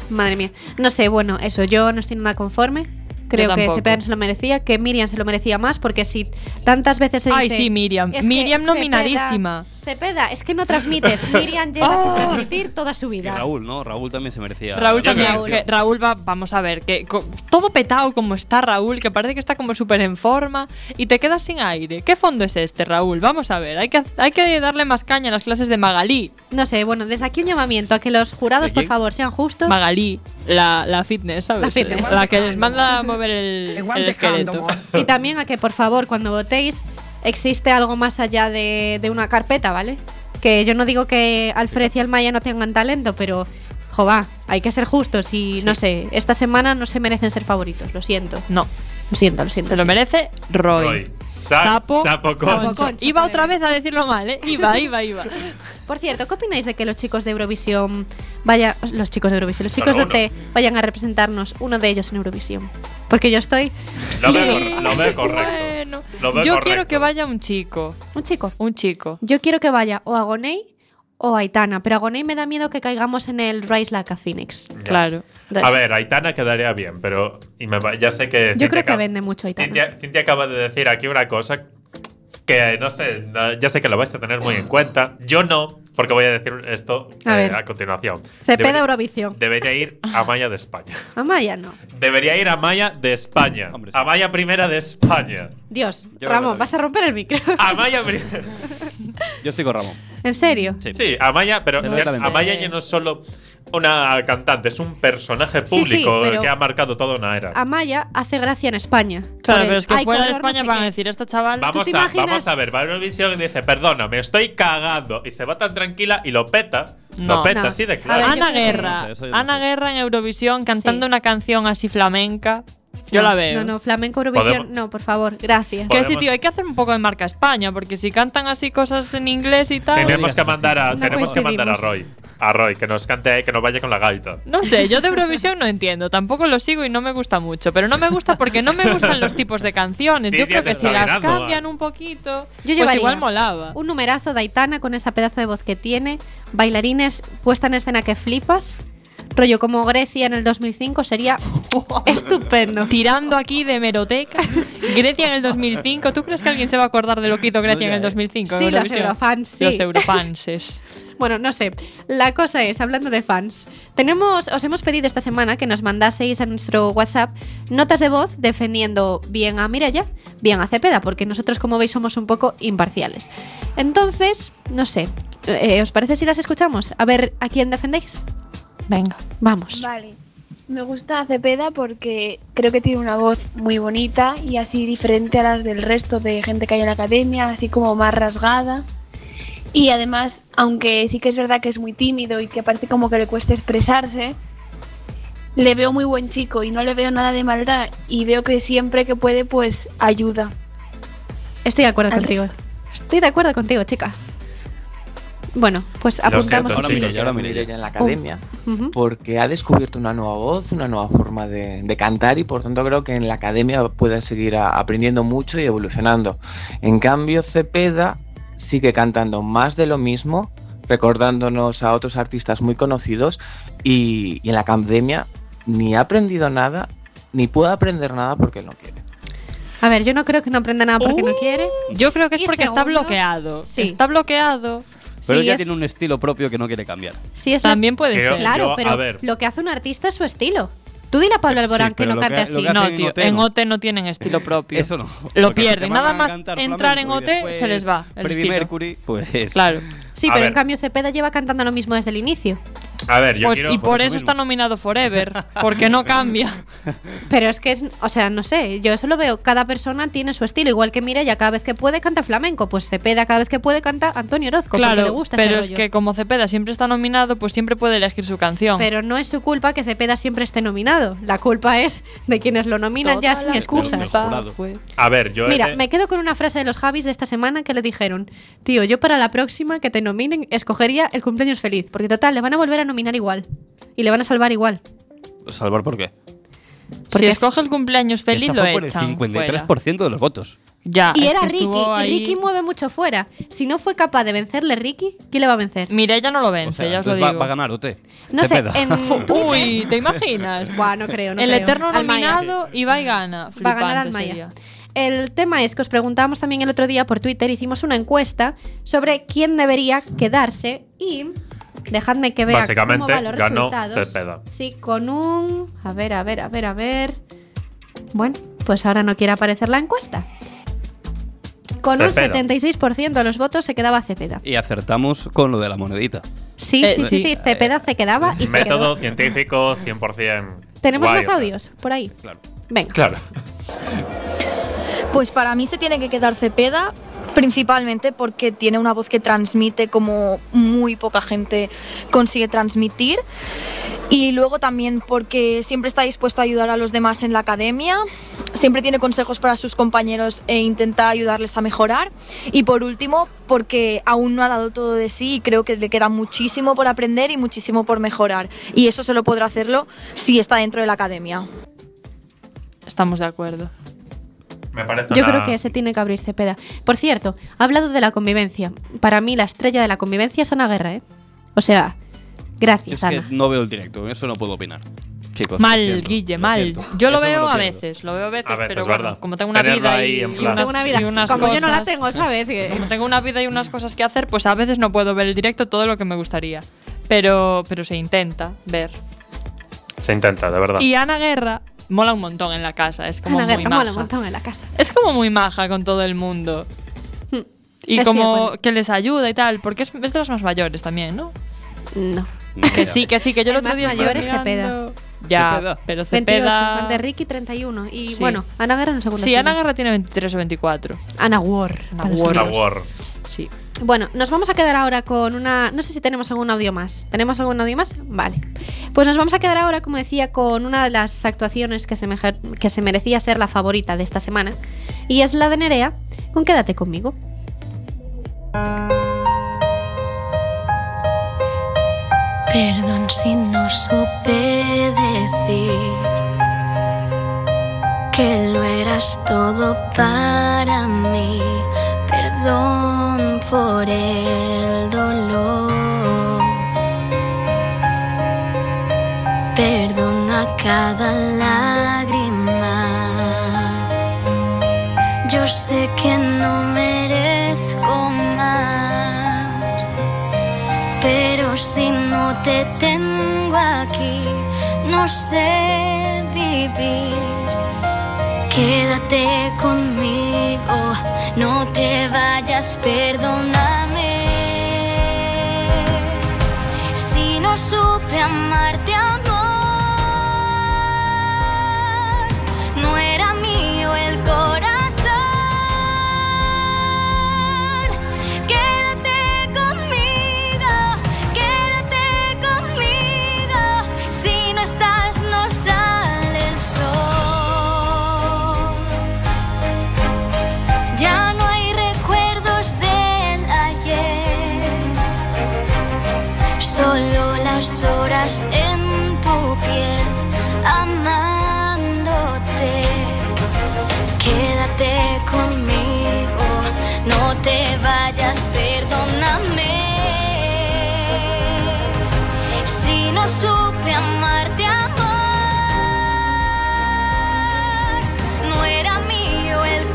Madre mía. No sé, bueno, eso, yo no estoy nada conforme. Creo que
tampoco.
Cepeda no se lo merecía, que Miriam se lo merecía más, porque si tantas veces se
Ay,
dice,
sí, Miriam.
"Es que
Miriam
Cepeda-
nominadísima". Ah.
Cepeda, es que no transmites. Miriam lleva sin transmitir toda su
Y
vida.
Raúl, ¿no? Raúl también se merecía.
Raúl
creo
también.
que
es
sí.
que Raúl va, vamos a ver, que co- todo petado como está Raúl, que parece que está como súper en forma y te quedas sin aire. ¿Qué fondo es este, Raúl? Vamos a ver, hay que, hay que darle más caña a las clases de Magalí.
No sé, bueno, desde aquí un llamamiento a que los jurados,
¿De
por
quién?
favor, sean justos.
Magalí, la, la fitness, ¿sabes?
La fitness.
La que les manda a mover el, el esqueleto.
Y también a que, por favor, cuando votéis, existe algo más allá de, de una carpeta, ¿vale? Que yo no digo que Alfred y Almaya no tengan talento, pero, jova, hay que ser justos y, no sé, esta semana no se merecen ser favoritos, lo siento.
No,
Lo siento, lo siento.
Se lo merece Roy.
Roy. Sa-
sapo,
sapo
Sapo
concha.
concha,
Iba
por
otra
ahí.
vez a decirlo mal, ¿eh? Iba, iba, iba.
Por cierto, ¿qué opináis de que los chicos de Eurovisión vaya, los chicos de Eurovisión, los
Solo
chicos de
uno.
T vayan a representarnos uno de ellos en Eurovisión? Porque yo estoy
Lo veo
Sí.
cor- lo veo correcto.
Bueno,
Lo veo
yo
correcto.
quiero que vaya un chico.
un chico.
Un chico.
Yo quiero que vaya o a Gonei o a Aitana, pero a Gonei me da miedo que caigamos en el Rise Like a Phoenix.
Ya.
Claro.
A
Entonces,
ver, Aitana quedaría bien, pero y me va- ya sé que.
yo creo que
acaba-
vende mucho Aitana.
Cintia, Cintia acaba de decir aquí una cosa que no sé, no- ya sé que lo vais a tener muy en cuenta. Yo no, porque voy a decir esto eh,
A
a,
ver.
continuación.
Cepeda
Debería-
Eurovisión.
Debería ir a Maya de España.
Amaya no.
Debería ir a Maya de España.
Hombre, sí.
A Maya primera de España.
Dios,
Yo creo
Ramón,
que Ah.
vas a romper el micro.
A Maya primera.
Yo estoy con Ramón.
¿En serio?
Sí.
Sí, Amaya, pero
Se lo está
ya-
vendiendo.
Amaya
Sí.
Eh.
ya no es solo una cantante, es un personaje
Sí,
público
sí, pero-
que ha marcado toda una era.
Amaya hace gracia en España. Por
Claro,
el
pero es que
ay,
fuera de
color, no
España
sé
van a
qué.
decir, esta chaval.
Vamos
te
a,
imaginas-
vamos a ver, va a Eurovisión y dice, perdona, me estoy cagando. Y se va tan tranquila y lo peta.
No.
Lo peta
No.
así de
A ver,
claro.
Ana
yo creo que-
Guerra.
No sé, eso yo no
Ana
sé.
Guerra en Eurovisión cantando
Sí.
una canción así flamenca. Yo
No,
la veo.
No, no, flamenco Eurovisión,
Podemos-
no, por favor, gracias.
Pues-
Que sí,
Podemos-
tío, hay que hacer un poco de marca España, porque si cantan así cosas en inglés y tal.
tenemos que mandar a,
No
tenemos que mandar a Roy.
coincidimos.
A Roy, que nos cante ahí, que nos vaya con la gaita.
No sé, yo de Eurovisión no entiendo, tampoco lo sigo y no me gusta mucho, pero no me gusta porque no me gustan los tipos de canciones. Yo
Lidia
creo
te
que si
está
las
mirando,
cambian
va.
un poquito,
Yo
pues
llevaría
igual molaba.
Un numerazo de Aitana con esa pedazo de voz que tiene, bailarines puesta en escena que flipas, rollo como Grecia en el 2005 sería estupendo.
Tirando aquí de meroteca, Grecia en el 2005, ¿tú crees que alguien se va a acordar de lo que hizo Grecia en el 2005? en
Sí, los
Eurovisión?
eurofans, sí.
Los eurofanses.
Bueno, no sé. La cosa es, hablando de fans, tenemos, os hemos pedido esta semana que nos mandaseis a nuestro WhatsApp notas de voz defendiendo bien a Mirella, bien a Cepeda, porque nosotros, como veis, somos un poco imparciales. Entonces, no sé, eh, ¿os parece si las escuchamos? A ver a quién defendéis.
Venga.
Vamos.
Vale. Me gusta Cepeda porque creo que tiene una voz muy bonita y así diferente a las del resto de gente que hay en la academia, así como más rasgada. Y además, aunque sí que es verdad que es muy tímido y que parece como que le cuesta expresarse, le veo muy buen chico y no le veo nada de maldad y veo que siempre que puede pues ayuda.
Estoy de acuerdo
Al
contigo. Estoy de acuerdo contigo, chica. Bueno, pues
Lo
apuntamos.
siento,
Ahora
chicos.
mire, ahora
Mireia
mire.
en la academia,
Ujú.
porque ha descubierto una nueva voz, una nueva forma de, de cantar y por tanto creo que en la academia puede seguir a- aprendiendo mucho y evolucionando. En cambio, Cepeda sigue cantando más de lo mismo, recordándonos a otros artistas muy conocidos y, y en la academia ni ha aprendido nada, ni puede aprender nada porque no quiere.
A ver, yo no creo que no aprenda nada porque no
Uh,
quiere.
Yo creo que es
Y
porque está
segundo,
bloqueado.
sí.
Está bloqueado.
Pero
sí,
ella
es,
tiene un estilo propio que no quiere cambiar.
sí es la-
También puede
Creo-
ser.
Claro,
Yo, a
pero
ver.
lo que hace un artista es su estilo. Tú dile a Pablo Alborán
Sí,
que
pero
no
lo que-
cante
lo
así.
que hace-
No,
en
tío,
OT
en
no.
OT no tienen estilo propio.
Eso no.
Lo
Porque
pierden,
te
nada
van a
más
cantar
entrar en
flamenco
OT,
y después
se les va el
Freddie
estilo.
Mercury, pues.
Claro.
Sí,
A
pero
ver.
en cambio Cepeda lleva cantando lo mismo desde el inicio.
A ver, yo
Pues-
quiero.
y por,
por eso
eso, está
mismo.
nominado Forever, porque no cambia.
Pero es que, es- o sea, no sé, yo eso lo veo. Cada persona tiene su estilo, igual que Mireia cada vez que puede canta flamenco, pues Cepeda cada vez que puede canta Antonio Orozco, porque le
claro,
gusta ese
pero es
rollo.
que como Cepeda siempre está nominado, pues siempre puede elegir su canción.
Pero no es su culpa que Cepeda siempre esté nominado. La culpa es de quienes lo nominan ya sin excusas.
culpa jurado.
Fue-
A ver, yo. he
Mira,
de-
me quedo con una frase de los Javis de esta semana que le dijeron, tío, yo para la próxima que te nominen escogería el cumpleaños feliz, porque total, le van a volver a nominar igual y le van a salvar igual.
¿Salvar por qué?
si
Porque es-
escoge el cumpleaños feliz,
Esta
lo
fue por el
echan. fuera.
53% de los votos.
Ya,
y
Ah, es
era
que
Ricky,
estuvo
y
ahí-
Ricky mueve mucho fuera. Si no fue capaz de vencerle Ricky, ¿quién le va a vencer?
Mireia no lo vence,
O sea,
ya os lo
entonces va,
digo.
va a ganar OT.
No sé,
Cepeda.
en Twitter-
Mm. Uy, ¿te imaginas?
Buah, no creo, no
el
creo.
eterno
Almaya.
nominado y va y gana.
Va a ganar
Flipante
Almaya.
sería.
El tema es que os preguntábamos también el otro día por Twitter, hicimos una encuesta sobre quién debería quedarse y dejadme que vea
Básicamente,
cómo van los
ganó
resultados.
Cepeda.
Sí, con un, a ver, a ver, a ver, a ver. Bueno, pues ahora no quiere aparecer la encuesta. Con
Cepeda.
un 76% de los votos se quedaba Cepeda.
Y acertamos con lo de la monedita.
Sí,
Eh,
sí, sí,
sí.
sí, Cepeda se quedaba y se
Método
quedó.
científico 100%.
Tenemos
guay,
más
o sea.
audios por ahí.
Claro.
Venga.
Claro.
Pues para mí se tiene que quedar Cepeda, principalmente porque tiene una voz que transmite como muy poca gente consigue transmitir. Y luego también porque siempre está dispuesto a ayudar a los demás en la academia, siempre tiene consejos para sus compañeros e intenta ayudarles a mejorar. Y por último, porque aún no ha dado todo de sí y creo que le queda muchísimo por aprender y muchísimo por mejorar. Y eso solo podrá hacerlo si está dentro de la academia.
Estamos de acuerdo.
Me parece
Yo
una-
creo que se tiene que abrir Cepeda. Por cierto, ha hablado de la convivencia. Para mí la estrella de la convivencia es Ana Guerra, ¿eh? O sea,
Yo es
gracias,
que
Ana.
no veo el directo, eso no puedo opinar. Chicos,
Mal,
lo siento,
Guille,
lo
mal.
siento.
Yo lo
Eso me
veo a
pierdo.
veces, lo veo a veces,
A veces,
pero
¿verdad?
bueno, como tengo una
Tenerlo
vida
ahí
y,
en
y
plan.
unas,
Tengo una vida.
y unas
Como yo no la
cosas-
tengo, ¿sabes? Que-
Como tengo una vida y unas cosas que hacer, pues a veces no puedo ver el directo todo lo que me gustaría. Pero, pero se intenta ver.
Se intenta, de verdad.
Y Ana Guerra mola un montón en la casa, es como
Ana
muy
Guerra mola
maja.
un montón en la casa.
Es como muy maja con todo el mundo.
Hmm. estoy
Y
de
como
acuerdo.
que les ayuda y tal, porque es, es de los más mayores también, ¿no?
No.
Que sí, que sí, que yo
El
lo otro
más
día estaba
mayor es
mirando-
Cepeda.
Ya,
Cepeda.
pero
28,
Cepeda...
Juan de Ricky 31. Y
Sí.
bueno, Ana Guerra en segunda.
Sí, Ana
sigla.
Guerra tiene 23 o 24.
Ana War. para los
War.
amigos.
Sí.
Bueno, nos vamos a quedar ahora con una. No sé si tenemos algún audio más. ¿Tenemos algún audio más? Vale. Pues nos vamos a quedar ahora, como decía, con una de las actuaciones que se, meje- que se merecía ser la favorita de esta semana. Y es la de Nerea, con Quédate conmigo.
Perdón si no supe decir que lo eras todo para mí. Perdón por el dolor. Perdona cada lágrima. Yo sé que no merezco más. Pero si no te tengo aquí, no sé vivir. Quédate conmigo, no te vayas, perdóname. Si no supe amarte, amor, no era mío el corazón. Quédate conmigo, quédate conmigo. Si no estás, no sale el sol. Ya no hay recuerdos del ayer, solo las horas en tu piel, amándote. Quédate conmigo, no te vayas, perdóname. Si no supe amarte, amor, no era mío el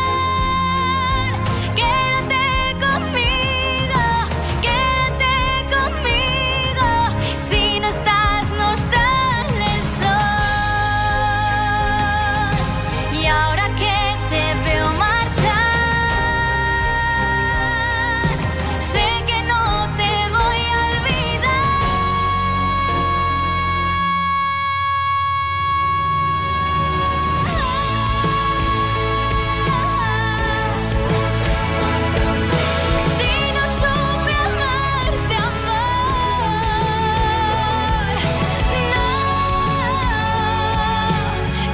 corazón. Quédate conmigo, quédate conmigo. Si no estás, no sale el sol. Y ahora que te veo marchar, sé que no te voy a olvidar. Si no supe amarte, amor, no.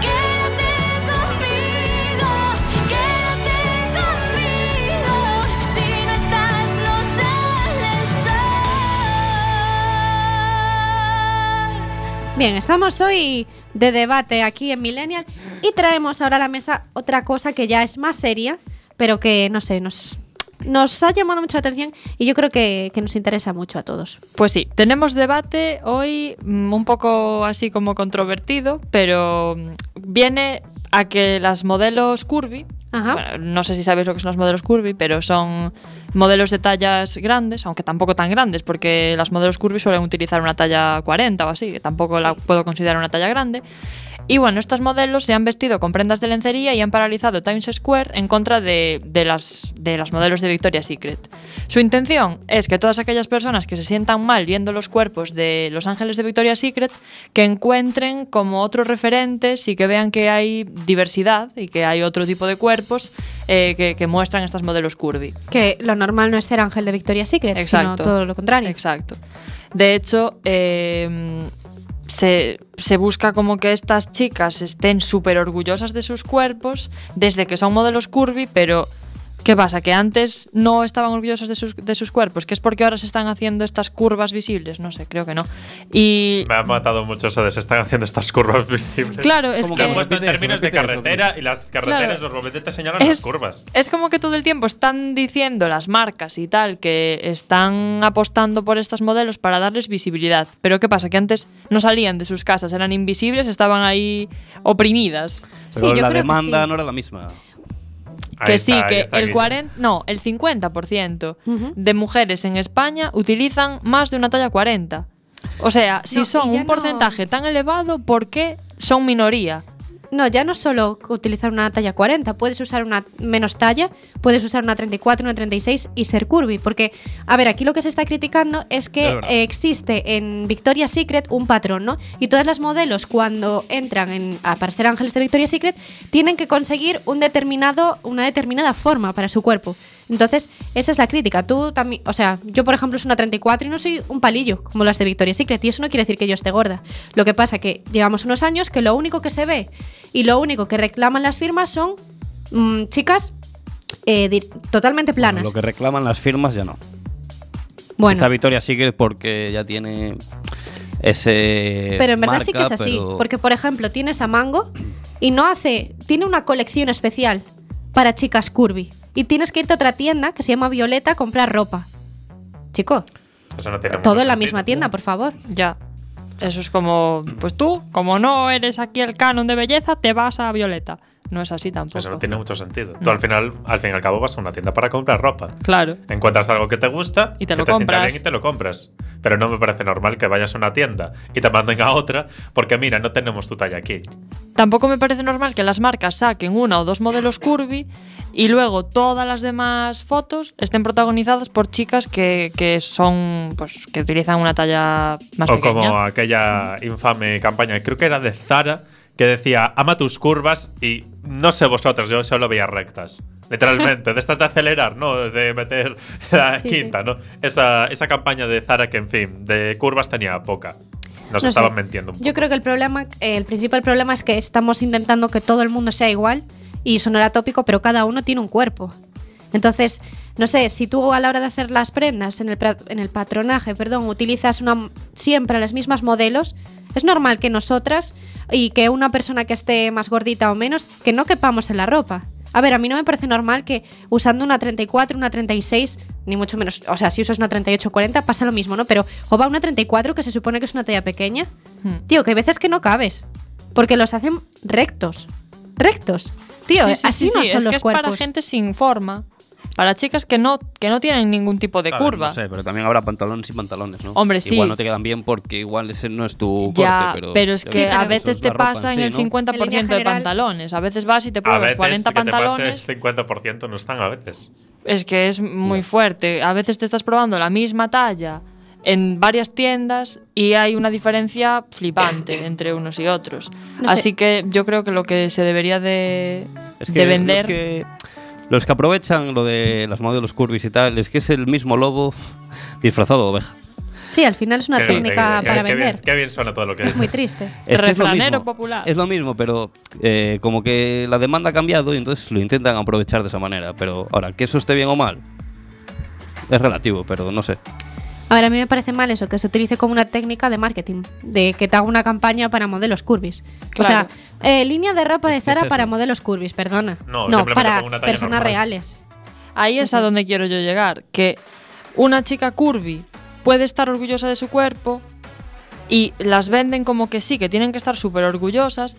Quédate conmigo, quédate conmigo. Si no estás, no sale el sol.
Bien, estamos hoy de debate aquí en Millennial y traemos ahora a la mesa otra cosa que ya es más seria, pero que no sé, nos, nos ha llamado mucho la atención y yo creo que, que nos interesa mucho a todos.
Pues sí, tenemos debate hoy mm, un poco así como controvertido, pero mm, viene a que las modelos curvy,
Ah.
bueno, no sé si sabéis lo que son las modelos curvy, pero son modelos de tallas grandes, aunque tampoco tan grandes, porque las modelos curvy suelen utilizar una talla 40 o así, que tampoco la puedo considerar una talla grande. Y bueno, estos modelos se han vestido con prendas de lencería y han paralizado Times Square en contra de, de las, de las modelos de Victoria's Secret. Su intención es que todas aquellas personas que se sientan mal viendo los cuerpos de los ángeles de Victoria's Secret, que encuentren como otros referentes y que vean que hay diversidad y que hay otro tipo de cuerpos eh, que, que muestran estas modelos curvy.
Que lo normal no es ser ángel de Victoria's Secret, sino todo lo contrario.
Exacto. De hecho, eh, se, se busca como que estas chicas estén súper orgullosas de sus cuerpos desde que son modelos curvy, pero ¿qué pasa? ¿Que antes no estaban orgullosas de sus, de sus cuerpos? ¿Que es porque ahora se están haciendo estas curvas visibles? No sé, creo que no. Y
Me ha matado mucho eso de se están haciendo estas curvas visibles.
Claro, es
Lo
que-
han puesto en
Repite eso,
términos de
repite eso,
carretera y las carreteras
Claro.
normalmente te señalan las curvas.
es como que todo el tiempo están diciendo las marcas y tal que están apostando por estas modelos para darles visibilidad. Pero ¿qué pasa? Que antes no salían de sus casas, eran invisibles, estaban ahí oprimidas.
Pero la demanda no era la misma.
Que sí, que el 40, no, el 50% de mujeres en España utilizan más de una talla 40. O sea, si
No, y
son
ya
un
no-
porcentaje tan elevado, ¿por qué son minoría?
No, ya no solo utilizar una talla 40, puedes usar una menos talla, puedes usar una 34, una 36 y ser curvy. Porque, a ver, aquí lo que se está criticando es
Es
que
verdad.
eh, existe en Victoria's Secret un patrón, ¿no? Y todas las modelos cuando entran en, a, para ser ángeles de Victoria's Secret tienen que conseguir un determinado, una determinada forma para su cuerpo. Entonces, esa es la crítica. Tú también, o sea, yo por ejemplo soy una 34 y no soy un palillo como las de Victoria's Secret y eso no quiere decir que yo esté gorda. Lo que pasa que llevamos unos años que lo único que se ve y lo único que reclaman las firmas son mm, chicas eh, di- totalmente planas.
Lo que reclaman las firmas ya no.
Bueno.
Esta victoria sigue porque ya tiene ese.
Pero en verdad sí que es
eh, marca,
así.
pero-
Porque, por ejemplo, tienes a Mango y no hace. Tiene una colección especial para chicas curvy. Y tienes que irte a otra tienda que se llama Violeta a comprar ropa. Chico,
Eso no tiene
todo
mucho
en la
sentido.
misma tienda, por favor.
Ya. Eso es como, pues tú, como no eres aquí el canon de belleza, te vas a Violeta. No es así tampoco. Mm.
Eso no tiene mucho sentido. Tú
No.
al final, al fin y al cabo, vas a una tienda para comprar ropa.
Claro.
Encuentras algo que te gusta,
Y te
que
lo
te sienta
compras.
bien y te lo compras. Pero no me parece normal que vayas a una tienda y te manden a otra porque mira, no tenemos tu talla aquí.
Tampoco me parece normal que las marcas saquen una o dos modelos curvy y luego todas las demás fotos estén protagonizadas por chicas que, que son, pues, que utilizan una talla más
o
pequeña.
como aquella infame campaña, creo que era de Zara, que decía, ama tus curvas y no sé vosotros, yo solo veía rectas. Literalmente, de estas de acelerar, ¿no? De meter la
Sí, sí.
quinta, ¿no? Esa, esa campaña de Zara que, en fin, de curvas tenía poca. Nos
No sé.
estaban mintiendo un poco.
Yo creo que el problema, eh, el principal problema es que estamos intentando que todo el mundo sea igual y sonará tópico, pero cada uno tiene un cuerpo. Entonces, no sé, si tú a la hora de hacer las prendas en el, pra- en el patronaje, perdón, utilizas una, siempre las mismas modelos, es normal que nosotras y que una persona que esté más gordita o menos, que no quepamos en la ropa. A ver, a mí no me parece normal que usando una 34, una 36, ni mucho menos, o sea, si usas una 38 40 pasa lo mismo, ¿no? Pero o va una 34 que se supone que es una talla pequeña,
Hmm.
Tío, que hay veces que no cabes. Porque los hacen rectos. Rectos. Tío,
Sí, sí,
eh, así
sí,
no
sí,
son
es
los
que es
cuerpos.
para gente sin forma. Para chicas que no, que no tienen ningún tipo de
A ver,
curva.
No sé, pero también habrá pantalones y pantalones, ¿no?
Hombre, sí.
Igual no te quedan bien porque igual ese no es tu corte,
Ya,
pero.
es que
ya veremos,
a
eso
veces
es
te
la ropa
pasa en
sí,
el
¿no?
50%
En línea
de
general-
pantalones. A veces vas y te
A
pruebas
veces
40
que te pase
pantalones.
este-
el 50% no están a veces.
Es que es muy fuerte. A veces te estás probando la misma talla en varias tiendas y hay una diferencia flipante entre unos y otros.
No sé.
Así que yo creo que lo que se debería de,
Es
de
que
vender...
los que, los que aprovechan lo de las modelos curvis y tal, es que es el mismo lobo disfrazado de oveja.
Sí, al final es una
Qué-
técnica
qué-
para
qué bien-
vender.
qué bien suena todo lo que
Es muy
dices.
triste.
Es que es lo
Refranero
mismo.
popular.
Es lo mismo, pero eh, como que la demanda ha cambiado y entonces lo intentan aprovechar de esa manera. Pero ahora, que eso esté bien o mal, es relativo, pero no sé.
A ver, a mí me parece mal eso, que se utilice como una técnica de marketing, de que te haga una campaña para modelos curvis.
Claro.
O sea, eh, línea de ropa de
que es
Zara
eso.
para modelos curvis, perdona.
No,
no
simplemente
para
con una talla
personas
normal.
reales.
Ahí es a donde quiero yo llegar, que una chica curvy puede estar orgullosa de su cuerpo y las venden como que sí, que tienen que estar súper orgullosas.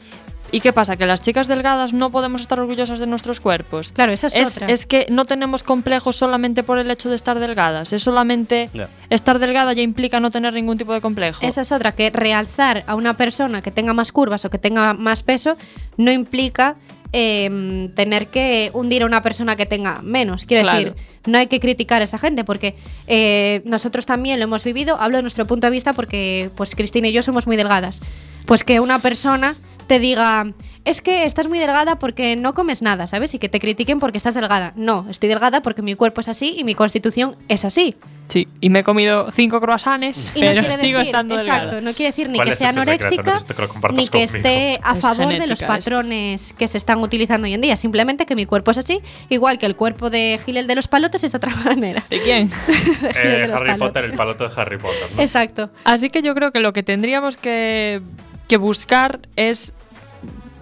¿Y qué pasa? Que las chicas delgadas no podemos estar orgullosas de nuestros cuerpos.
Claro, esa es otra.
Es que no tenemos complejos solamente por el hecho de estar delgadas. Es solamente
Ya.
estar delgada ya implica no tener ningún tipo de complejo.
Esa es otra, que realzar a una persona que tenga más curvas o que tenga más peso no implica em, tener que hundir a una persona que tenga menos. Quiero
Claro.
decir, no hay que criticar a esa gente porque eh, nosotros también lo hemos vivido. Hablo de nuestro punto de vista porque pues Cristina y yo somos muy delgadas. Pues que una persona te diga, es que estás muy delgada porque no comes nada, ¿sabes? Y que te critiquen porque estás delgada. No, estoy delgada porque mi cuerpo es así y mi constitución es así.
Sí, y me he comido cinco croissants,
Y no
pero
quiere
sigo
decir-
estando
exacto,
delgada.
no quiere decir ni
¿Cuál
que
es
sea
ese secreto?
anoréxica
Necesito que lo compartas
ni que
conmigo.
esté a
Es
favor de
genética
los
esto.
patrones que se están utilizando hoy en día. Simplemente que mi cuerpo es así, igual que el cuerpo de Gilel de los Palotes es de otra manera.
¿De quién?
Eh,
los
Harry Potter, el palote de Harry Potter. ¿no?
Exacto.
Así que yo creo que lo que tendríamos que, que buscar es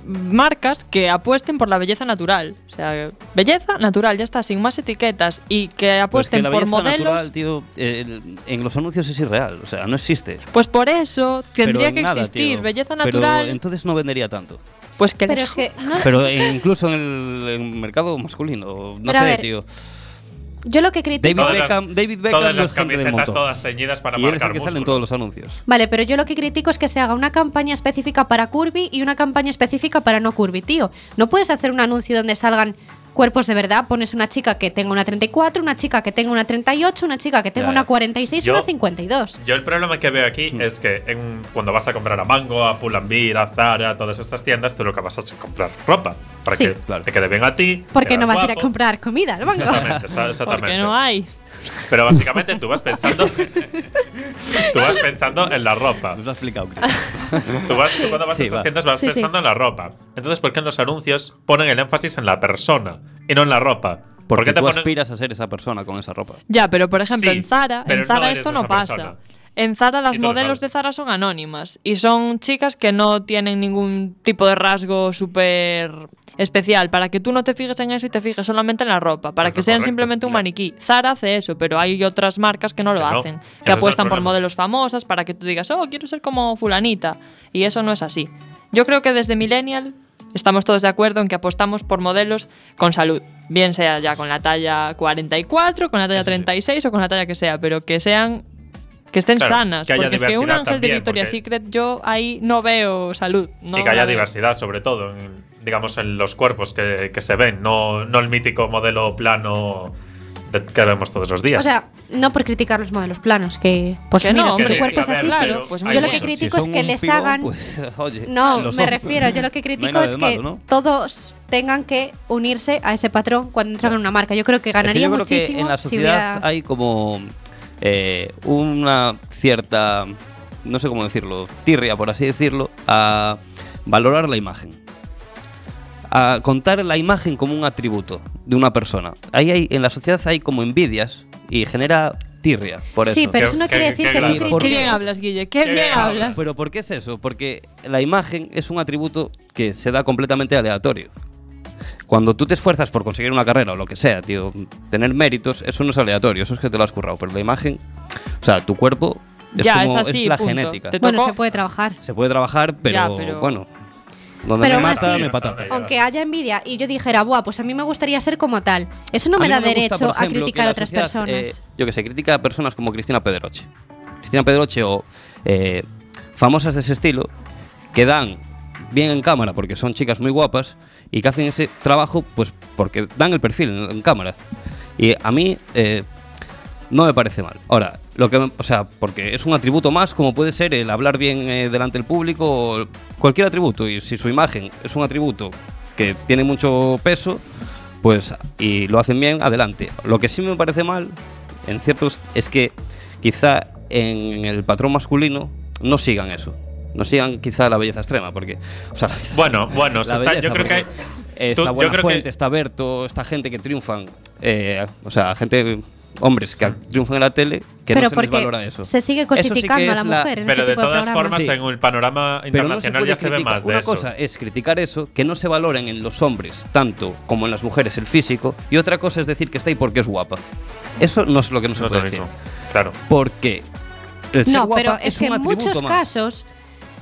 marcas que apuesten por la belleza natural. O sea, belleza natural, ya está, sin más etiquetas. Y que
Pero es Pues que
apuesten
la
Pues por
belleza
modelos.
natural, tío, el- en los anuncios es irreal, o sea, no existe.
Pues por eso
Pero
tendría
en
que
nada,
existir
tío.
belleza
Pero
natural.
entonces no vendería tanto.
pues que
Pero
les
es que no-
Pero eh, incluso en el, en mercado masculino, no
Pero a
sé,
ver,
tío.
yo lo que critico.
David Beckham, David Beckham
todas
no
las
es gente de
camisetas
montón.
todas teñidas para
y él es
marcar
el que sale en
músculo.
todos los anuncios.
Vale, pero yo lo que critico es que se haga una campaña específica para curvy y una campaña específica para no curvy, tío. No puedes hacer un anuncio donde salgan cuerpos de verdad, pones una chica que tenga una 34, una chica que tenga una 38, una chica que tenga
Ya.
una 46 y
Yo-
una 52.
Yo el problema que veo
Hmm.
aquí es que en- cuando vas a comprar a Mango, a Pull&Bear, a Zara, a todas estas tiendas, tú lo que vas a hacer es comprar ropa. Para
Sí.
que te quede bien a ti.
Porque
te
no
veas
vas a ir a
guapo.
comprar comida al banco.
Exactamente, está- exactamente.
Porque no hay.
Pero básicamente tú vas pensando. tú vas pensando en la ropa.
Lo has explicado,
Tú, vas, tú cuando vas
Sí,
a esas
va.
tiendas vas
Sí, sí.
pensando en la ropa. Entonces, ¿por qué en los anuncios ponen el énfasis en la persona y no en la ropa? ¿Por
Porque
qué te
tú
ponen-
aspiras a ser esa persona con esa ropa.
Ya, pero por ejemplo,
Sí,
en Zara,
pero
en Zara
no eres
esto no
esa
pasa.
persona.
En Zara
Y
las
tú lo
modelos
sabes.
de Zara son anónimas y son chicas que no tienen ningún tipo de rasgo súper especial para que tú no te fijes en eso y te fijes solamente en la ropa, para
Pues
que
es
sean
correcto,
simplemente un
ya.
maniquí. Zara hace eso, pero hay otras marcas que no lo
Que no.
hacen,
Ese es
que
el
apuestan por
problema.
modelos famosas para que tú digas, oh, quiero ser como fulanita. Y eso no es así. Yo creo que desde Millennial estamos todos de acuerdo en que apostamos por modelos con salud, bien sea ya con la talla 44, con la talla 36 o con la talla que sea, pero que sean que estén
Claro,
sanas,
que haya
porque es que un
diversidad
ángel
también,
de Victoria's
porque-
Secret yo ahí no veo salud. No
y que haya
la veo.
diversidad, sobre todo, en, digamos, en los cuerpos que, que se ven, no, no el mítico modelo plano de- que vemos todos los días.
O sea, no por criticar los modelos planos, que pues
Que no,
mira, si
hombre,
tu cuerpo es
a ver,
así,
claro,
sí.
pues
yo lo
hay
que
muchos.
critico
Si
es
son
que
un
les
pibón,
hagan
pues, oye, lo
No, me
son.
refiero, yo lo que
No hay
critico
nada
es
de
que
malo, ¿no?
todos tengan que unirse a ese patrón cuando entran en una marca. Yo creo que ganaría
Es que yo creo
muchísimo
que en la
si
sociedad
hubiera-
hay como eh, una cierta, no sé cómo decirlo, tirria, por así decirlo, a valorar la imagen. A contar la imagen como un atributo de una persona. Ahí hay, en la sociedad hay como envidias y genera tirria por
Sí,
eso.
pero eso no
Qué-
quiere
qué-
decir
qué
que no
gracioso.
¿Por
Qué
qué?
critiques.
bien hablas, Guille, qué, bien, hablas.
Pero ¿por qué es eso? Porque la imagen es un atributo que se da completamente aleatorio. Cuando tú te esfuerzas por conseguir una carrera o lo que sea, tío, tener méritos, eso no es aleatorio, eso es que te lo has currado. Pero la imagen, o sea, tu cuerpo es,
Ya, es
como-
así,
la
punto.
genética.
Te-
Bueno,
tocó-
se puede trabajar.
Se puede trabajar, pero,
Ya, pero-
bueno, donde
Pero
me
aún
mata,
así-
me patata.
Aunque haya envidia y yo dijera, buah, pues a mí me gustaría ser como tal. Eso no me
mí
da
me gusta,
derecho
por
a
ejemplo, que
criticar
la
a otras
sociedad, eh,
personas.
yo que sé, critica a personas como Cristina Pederoche. Cristina Pederoche o eh, famosas de ese estilo que dan bien en cámara porque son chicas muy guapas y que hacen ese trabajo pues porque dan el perfil en, en cámara. Y a mí eh, no me parece mal. Ahora, lo que, me- o sea, porque es un atributo más como puede ser el hablar bien eh, delante del público o cualquier atributo y si su imagen es un atributo que tiene mucho peso, pues y lo hacen bien, adelante. Lo que sí me parece mal, en ciertos, es que quizá en el patrón masculino no sigan eso. No sigan quizá la belleza extrema, porque. O sea, la belleza-
Bueno, bueno, se
la
está- yo
belleza,
creo que hay-
porque, eh,
tú-
Está
yo
buena
creo que-
fuente, está Berto, esta gente que triunfan. eh, o sea, gente. Hombres que triunfan en la tele, que
Pero
no se les
porque
valora eso.
se sigue
Eso sí que
cosificando a
es
la mujer en ese
pero de
tipo de
todas
programas.
formas,
Sí.
en el panorama
Pero no se
internacional
puede
ya se ve
criticar-
más de
Una
eso.
cosa es criticar eso, que no se valoren en los hombres tanto como en las mujeres el físico, y otra cosa es decir que está ahí porque es guapa. Eso no es lo que no se
No es lo
puede decir.
mismo. Claro.
Porque el ser
No,
guapa
pero es que
un
en
atributo
muchos
más.
casos,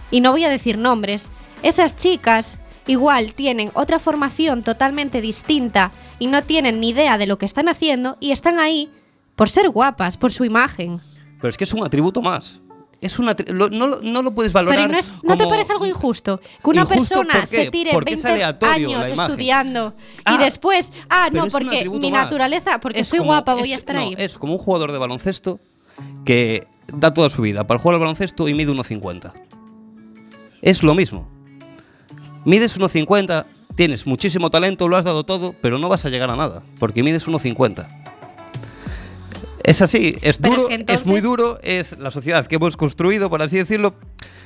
y no voy a decir nombres, esas chicas igual tienen otra formación totalmente distinta y no tienen ni idea de lo que están haciendo y están ahí por ser guapas, por su imagen.
Pero es que es un atributo más. Es un atri- lo- no, lo- no lo puedes valorar.
Pero ¿y no, es- ¿no te
como-
parece algo injusto que una
¿Injusto
persona
por qué?
se tire
Porque es
20
aleatorio la
años
imagen.
estudiando
Ah,
y después, ah,
Pero
no,
es un
porque
atributo
mi
más.
naturaleza, porque
Es
soy
como-
guapa, voy
es-
a estar
no,
ahí?
Es como un jugador de baloncesto que da toda su vida para jugar al baloncesto y mide 1,50. Es lo mismo. Mides 1,50, tienes muchísimo talento, lo has dado todo, pero no vas a llegar a nada, porque mides 1,50. Es así, es
Pero
duro,
es que entonces-
muy duro, es la sociedad que hemos construido, por así decirlo,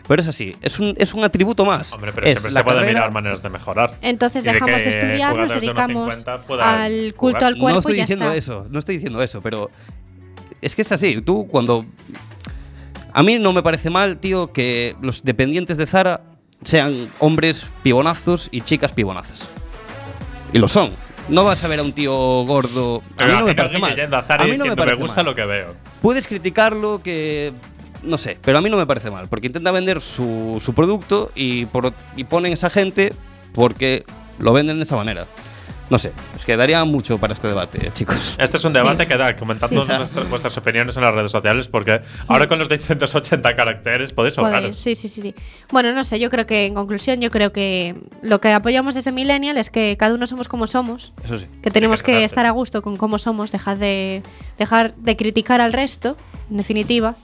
pero es así, es un, es un atributo más.
Hombre, pero
Es
siempre
la
se pueden
carrera-
mirar maneras de mejorar.
Entonces
Y de
dejamos
que
de estudiar, nos
jugadores de
dedicamos
1,50 puedan
al culto
jugar.
al cuerpo
No estoy
y ya
diciendo
está.
eso, no estoy diciendo eso, pero es que es así. Tú cuando a mí no me parece mal, tío, que los dependientes de Zara sean hombres pibonazos y chicas pibonazas. Y lo son. No vas a ver a un tío gordo. A mí
Pero
no me
aquí
parece
estoy
mal.
yendo a Zara
A
y
mí no me
diciendo,
parece
gusta
mal.
lo que veo.
Puedes criticarlo, que. No sé, pero a mí no me parece mal, porque intenta vender su, su producto y, por, y ponen esa gente porque lo venden de esa manera. No sé, es que daría mucho para este debate, eh, chicos.
Este es un debate que da, comentando
Sí, sí.
nuestras- vuestras opiniones en las redes sociales, porque ahora con los 680 caracteres podéis
Joder,
ahorraros.
sí, sí, sí, sí. Bueno, no sé, yo creo que en conclusión, yo creo que lo que apoyamos desde Millennial es que cada uno somos como somos,
Eso sí.
que tenemos que
tratarte.
estar a gusto con cómo somos, dejar de, dejar de criticar al resto, en definitiva,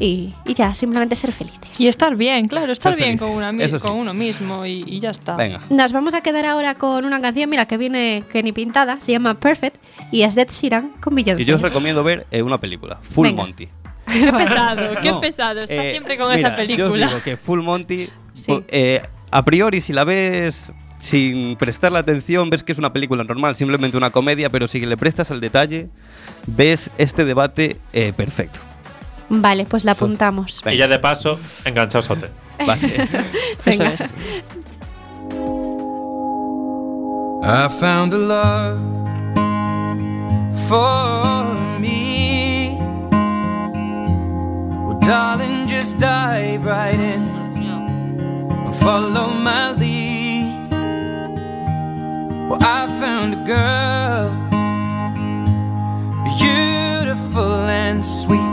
y, y ya, simplemente ser felices.
Y estar bien, claro, estar
Ser
bien
felices,
con, una, mi-
eso sí.
con uno mismo y, y ya está.
Venga.
Nos vamos a quedar ahora con una canción, mira, que viene que ni pintada, se llama Perfect y es Dead Sheeran con Beyoncé.
Y yo os recomiendo ver eh, una película, Full
Venga.
Monty.
Qué pesado, qué
No,
pesado. Estás
eh,
siempre con
mira,
esa
Yo os
película.
digo que Full Monty,
Sí.
pu- eh, a priori, si la ves sin prestarle atención, ves que es una película normal, simplemente una comedia, pero si le prestas al detalle, ves este debate eh, perfecto.
Vale, pues la apuntamos.
Y ya de paso, enganchaos hotel.
Vale.
Eso
Venga.
es.
I found a love for me. Well, darling, just dive right in and follow my lead. Well, I found a girl, beautiful and sweet.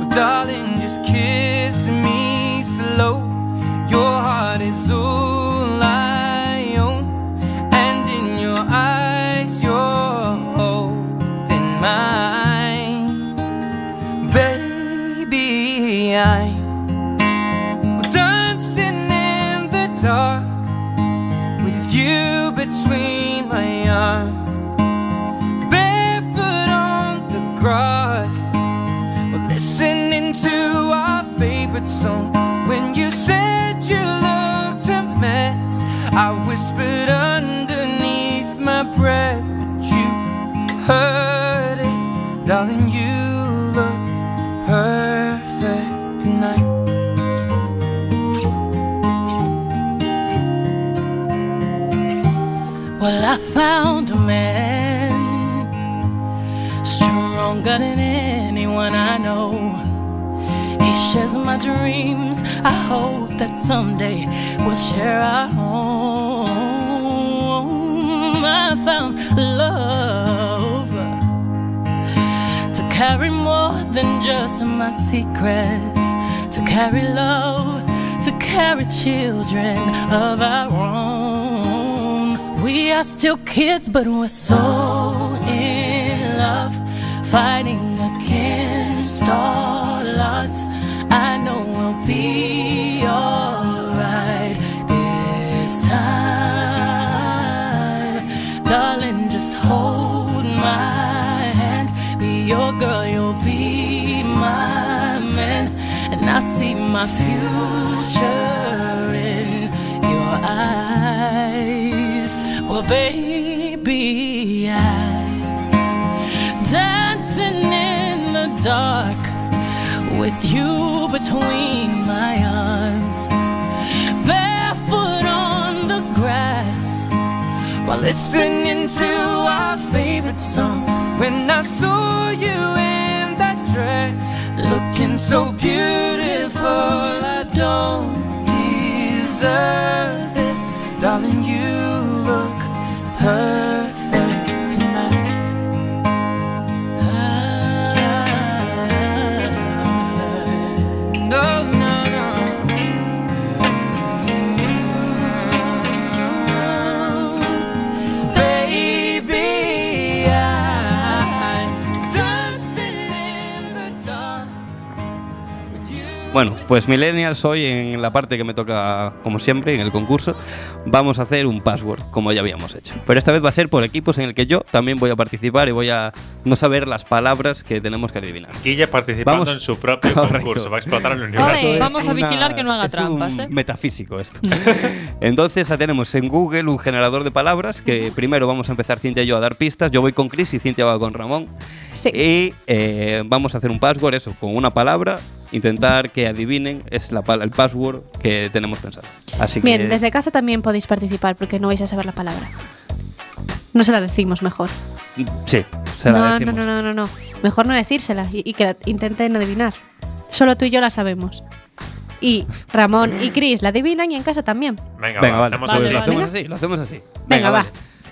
Well, darling, just kiss me slow. Your heart is all I own, and in your eyes, you're holding mine. Baby, I'm dancing in the dark with you between my arms, barefoot on the grass. We're listening to our favorite song. When you said you looked a mess, I whispered underneath my breath, but you heard it, darling. You look perfect tonight. Well, I found a man stronger than anyone I know. He shares my dreams. I hope that someday we'll share our home. I found love to carry more than just my secrets, to carry love, to carry children of our own. We are still kids, but we're so in love, fighting against all odds. I know we'll be alright this time. Darling, just hold my hand. Be your girl, you'll be my man. And I see my future in your eyes. Well, baby, I dancing in the dark with you between my arms, barefoot on the grass, while listening to our favorite song. When I saw you in that dress, looking so beautiful, I don't deserve this, darling. You look perfect tonight. I Ah.
Bueno, pues Millennials, hoy en la parte que me toca, como siempre, en el concurso, vamos a hacer un password, como ya habíamos hecho. Pero esta vez va a ser por equipos en el que yo también voy a participar y voy a no saber las palabras que tenemos que adivinar.
Guille participando
Vamos-
en su propio
Correcto.
concurso. Va a explotar el
Esto
universo.
es
vamos a
una-
vigilar que no haga
es
trampas,
un
¿eh? Mm.
Metafísico esto. Entonces ya tenemos en Google un generador de palabras que primero vamos a empezar Cintia y yo a dar pistas. Yo voy con Chris y Cintia va con Ramón. Y eh, vamos a hacer un password, eso, con una palabra, intentar que adivinen es la, pal- el password que tenemos pensado. Así que
Bien, desde casa también podéis participar porque no vais a saber la palabra. No se la decimos mejor.
sí, se la
no,
decimos.
no, no, no, no, no. Mejor no decírsela y, y que la intenten adivinar. Solo tú y yo la sabemos. Y Ramón y Chris la adivinan y en casa también.
Venga,
Venga,
va,
vale,
hacemos
pues
así.
lo hacemos
Venga.
así, lo hacemos así.
Venga, va.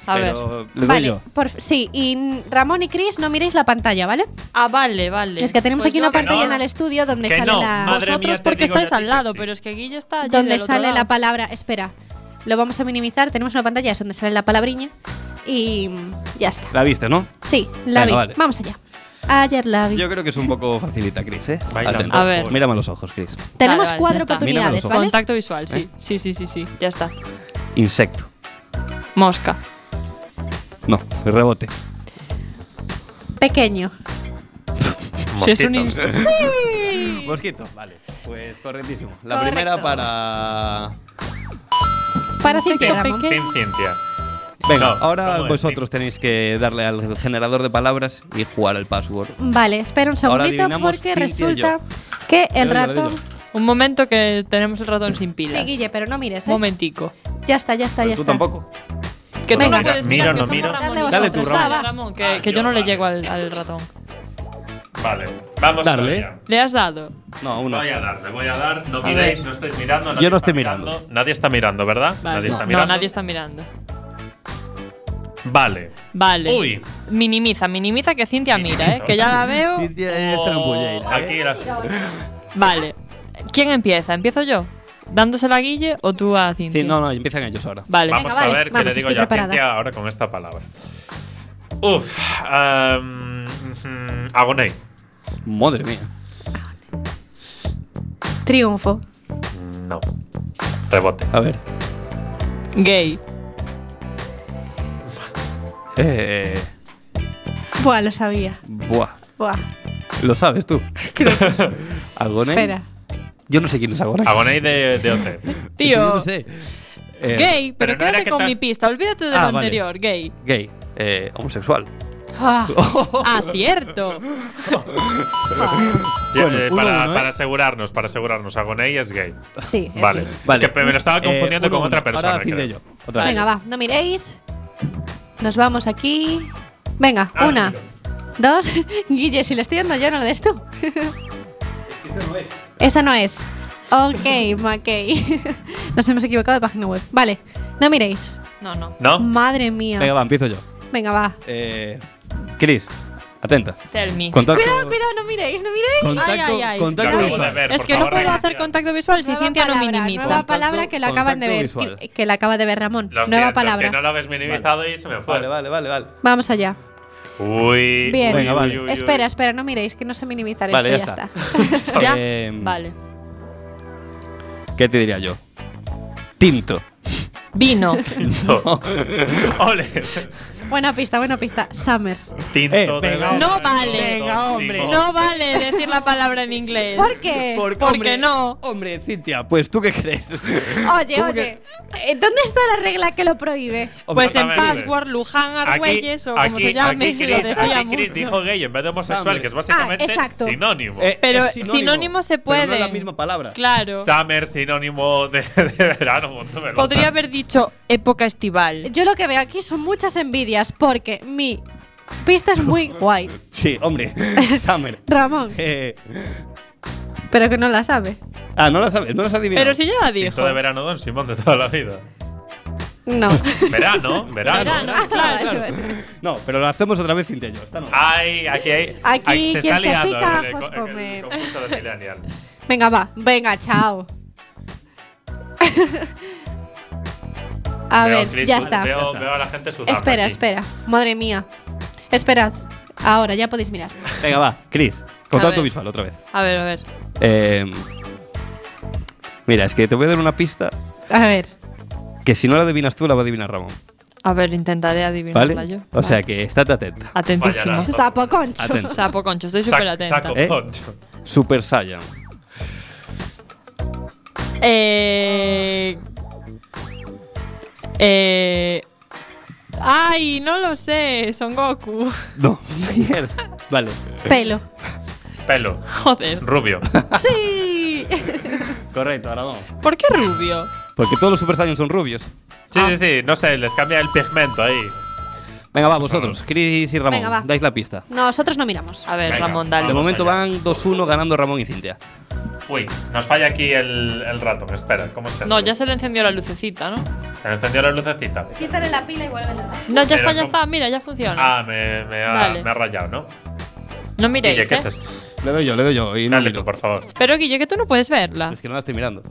A ver.
Pero le doy
vale,
yo.
por- sí, y n- Ramón y Chris no miréis la pantalla, ¿¿ale?
Ah, vale, vale.
Es que tenemos
Pues
aquí
yo-
una pantalla en el estudio donde
Que
sale
no,
la Ah,
madre mía,
Vosotros
te
porque
digo yo
estáis
a ti
al
que
lado,
sí.
pero es que Guille está allí
donde
del otro
sale
lado.
la palabra, espera. Lo vamos a minimizar, tenemos una pantalla es donde sale la palabriña y mm, ya está.
La viste, ¿no?
Sí, la
Venga,
vi.
vale.
Vamos allá. Ayer la vi.
Yo creo que es un poco facilita, Chris, ¿eh?
Bailando.
Atento.
A ver.
Mírame a los ojos, Chris.
Tenemos
Vale, vale,
cuatro
ya está.
Mírame
oportunidades,
los ojos.
¿vale?
Contacto visual, sí. Sí, sí, sí, sí. Ya está.
Insecto.
Mosca.
No, rebote.
Pequeño.
Sí, es un
Mosquitos.
Mosquito, vale. Pues correctísimo. La
Correcto.
primera para.
Para Cintia, Ramón.
pequeño.
Sin Cintia.
Venga,
No,
ahora
¿cómo es?
vosotros tenéis que darle al generador de palabras y jugar al password.
Vale, espera un
Ahora
segundito
adivinamos
porque
Cintia y
resulta que el
Yo ya lo
ratón.
digo.
Un momento que tenemos el ratón sin pilas.
Sí, Guille, pero no mires, ¿eh?
Momentico.
Ya está, ya está,
Pero
Ah, ya
tú
está.
tampoco.
Que tú
Venga. pues,
no puedes mirar, que
Miro, no
somos
miro.
Ramón
Dale
y yo.
Dale tú,
vosotros,
Ramón.
va, va.
Ramón, que,
Ah,
que yo no
vale.
le llego al, al ratón.
Vale, vamos
Darle.
allá.
¿Le has dado?
No, uno.
Voy a dar, me voy a dar. No
A
miréis,
ver.
no estáis mirando.
Yo
nadie
no
está
estoy mirando.
Nadie está mirando, ¿verdad?
Vale.
Nadie
no,
está
no,
mirando.
nadie está mirando.
Vale.
Vale.
Uy.
Minimiza, minimiza que Cintia mira, ¿eh?
Minimiza.
Que ya la veo.
Cintia es trampollera, ¿eh?
Oh, Aquí las.
Vale. ¿Quién empieza? ¿Empiezo yo? ¿Dándosela a Guille o tú a Cintia?
Sí, no, no, empiezan ellos ahora.
Vale.
Vamos
Venga,
a
vale,
ver qué
vamos,
le digo
estoy
yo a
preparada.
Cintia ahora con esta palabra. Uf. am, mm, Agoney.
Madre mía.
Triunfo.
No. Rebote.
A ver.
Gay.
Eh.
Buah, lo sabía.
Buah.
Buah.
Lo sabes tú. Agoney.
Espera.
Yo no sé quién es Agoney.
Agoney de, de OT.
Tío.
Yo no sé. Eh,
Gay, pero,
pero no era
quédate
que
con
tan-
mi pista. Olvídate de
Ah,
lo
vale.
anterior. Gay.
Gay. Eh, homosexual.
Ah,
Acierto.
Ya,
Bueno,
eh,
uno,
para,
uno, ¿eh?
para asegurarnos, para asegurarnos, Agoney es gay.
sí. es
vale.
bien.
Vale.
Es que me lo estaba confundiendo
Eh, uno,
con otra
uno.
persona.
Ahora Cintia y
creo.
yo. Otra vez.
Venga, va, no miréis. Nos vamos aquí. Venga,
Ah,
una,
miro.
dos. Guille, si le estoy dando yo, no le des tú. Esa no es. Ok, Mackey. Nos hemos equivocado de página web. Vale, no miréis.
No, no.
¿No?
Madre mía.
Oh. Venga, va, empiezo yo.
Venga, va.
Eh, Chris, atenta.
Tell me.
Contacto.
Cuidado, cuidado, no miréis, no miréis.
Contacto,
Ay, ay, ay.
Lo
contacto
acabo
visual.
de ver,
es
por
que no
favor, eh.
puedo
Cintia.
hacer contacto visual si
Nueva
Cintia no
palabra,
minimiza.
Nueva
Contacto-
palabra que lo acaban de ver.
contacto visual.
Que, que la acaba de ver Ramón.
Lo
nueva
siento, es
palabra.
que no lo habéis minimizado y se me fue.
Vale, vale, vale, vale.
Vamos allá.
Uy.
Bien.
uy,
Venga,
uy,
vale.
uy, uy.
espera, espera, no miréis, que no sé minimizar
Vale,
esto.
ya
Ya,
está.
está.
¿Ya?
Em,
Vale.
¿Qué te diría yo? Tinto.
Vino.
Ole.
buena pista, buena pista. Summer.
Tinto
Eh,
de
venga,
boca,
No
tinto
vale.
tóxico.
No vale decir la palabra en inglés.
¿Por qué?
Eh, ¿Por qué no? Pues,
Hombre, Cintia, pues tú qué crees.
Oye, oye, eh, ¿dónde está la regla que lo prohíbe?
Pues en
Exactamente.
Password, Luján,
Aquí,
Argüelles o como
aquí,
se llame,
aquí
lo
Chris,
decía
aquí Chris
mucho.
dijo gay en vez de homosexual,
Summer.
que es básicamente
Ah, exacto.
sinónimo.
Eh,
Pero
es
sinónimo se
pero no
puede.
es la misma palabra.
Claro.
Summer, sinónimo de, de verano. no me lo
Podría
tan-
haber dicho época estival.
Yo lo que veo aquí son muchas envidias porque mi pista es muy guay.
Sí, hombre. Summer.
Ramón,
Eh,
pero que no la sabe.
ah, no la sabes, no la has adivinado.
Pero si ya la dijo.
Tinto de verano Don Simón de toda la vida.
No.
Verano, verano.
Verano, claro.
Vale, vale.
No, pero lo hacemos otra vez, Cintia y yo. Esta no.
Ay, aquí hay.
Aquí
ay, se
quien
está
se
liando
pica,
el- el-
ajos
el- el
come.
concurso de Millennial.
Venga, va. Venga, chao. A
Veo
ver,
Chris,
ya está.
Veo, veo a la gente sudando.
Espera,
aquí.
espera. Madre mía. Esperad. Ahora, ya podéis mirar.
Venga, va, Chris.
A
Contacto
ver.
visual otra vez.
A ver, a ver.
Eh, Mira, es que te voy a dar una pista
A ver.
que si no la adivinas tú, la va a adivinar Ramón.
A ver, intentaré
¿Vale?
adivinarla yo.
O sea que estate atenta.
Atentísimo.
Oh.
Vaya
Sapo concho.
Atento.
Sapo concho, estoy
Sac-
súper atenta.
saco
¿Eh?
concho.
Super Saiyan.
Eh, eh, ay, no lo sé, Son Goku.
No, mierda. Vale.
Pelo.
Pelo.
Joder.
Rubio.
Sí.
Correcto, Ramón.
¿Por qué rubio?
Porque todos los Super Saiyan son rubios.
Sí, sí, sí. No sé, les cambia el pigmento ahí.
Venga, va, vosotros. Chris y Ramón,
Venga, va.
dais la pista.
Nosotros no miramos.
A ver,
Venga,
Ramón, dale.
De
Vamos
momento
allá.
van 2-1 ganando Ramón y Cintia.
Uy, nos falla aquí el, el ratón. Espera, ¿cómo se hace?
No, ya se le encendió la lucecita, ¿no?
¿Se me encendió la lucecita.
Quítale la pila y vuélvela.
No, ya
Pero
está, ya
no-
está. Mira, ya funciona.
Ah, me, me ha,
Vale.
me ha rayado, ¿no?
no miréis,
Guille, ¿qué
¿eh?
es esto?
Le doy yo, le doy yo. Y no
Dale
miro.
tú, por favor.
Pero Guille, que tú no puedes verla.
Es que no la estoy mirando.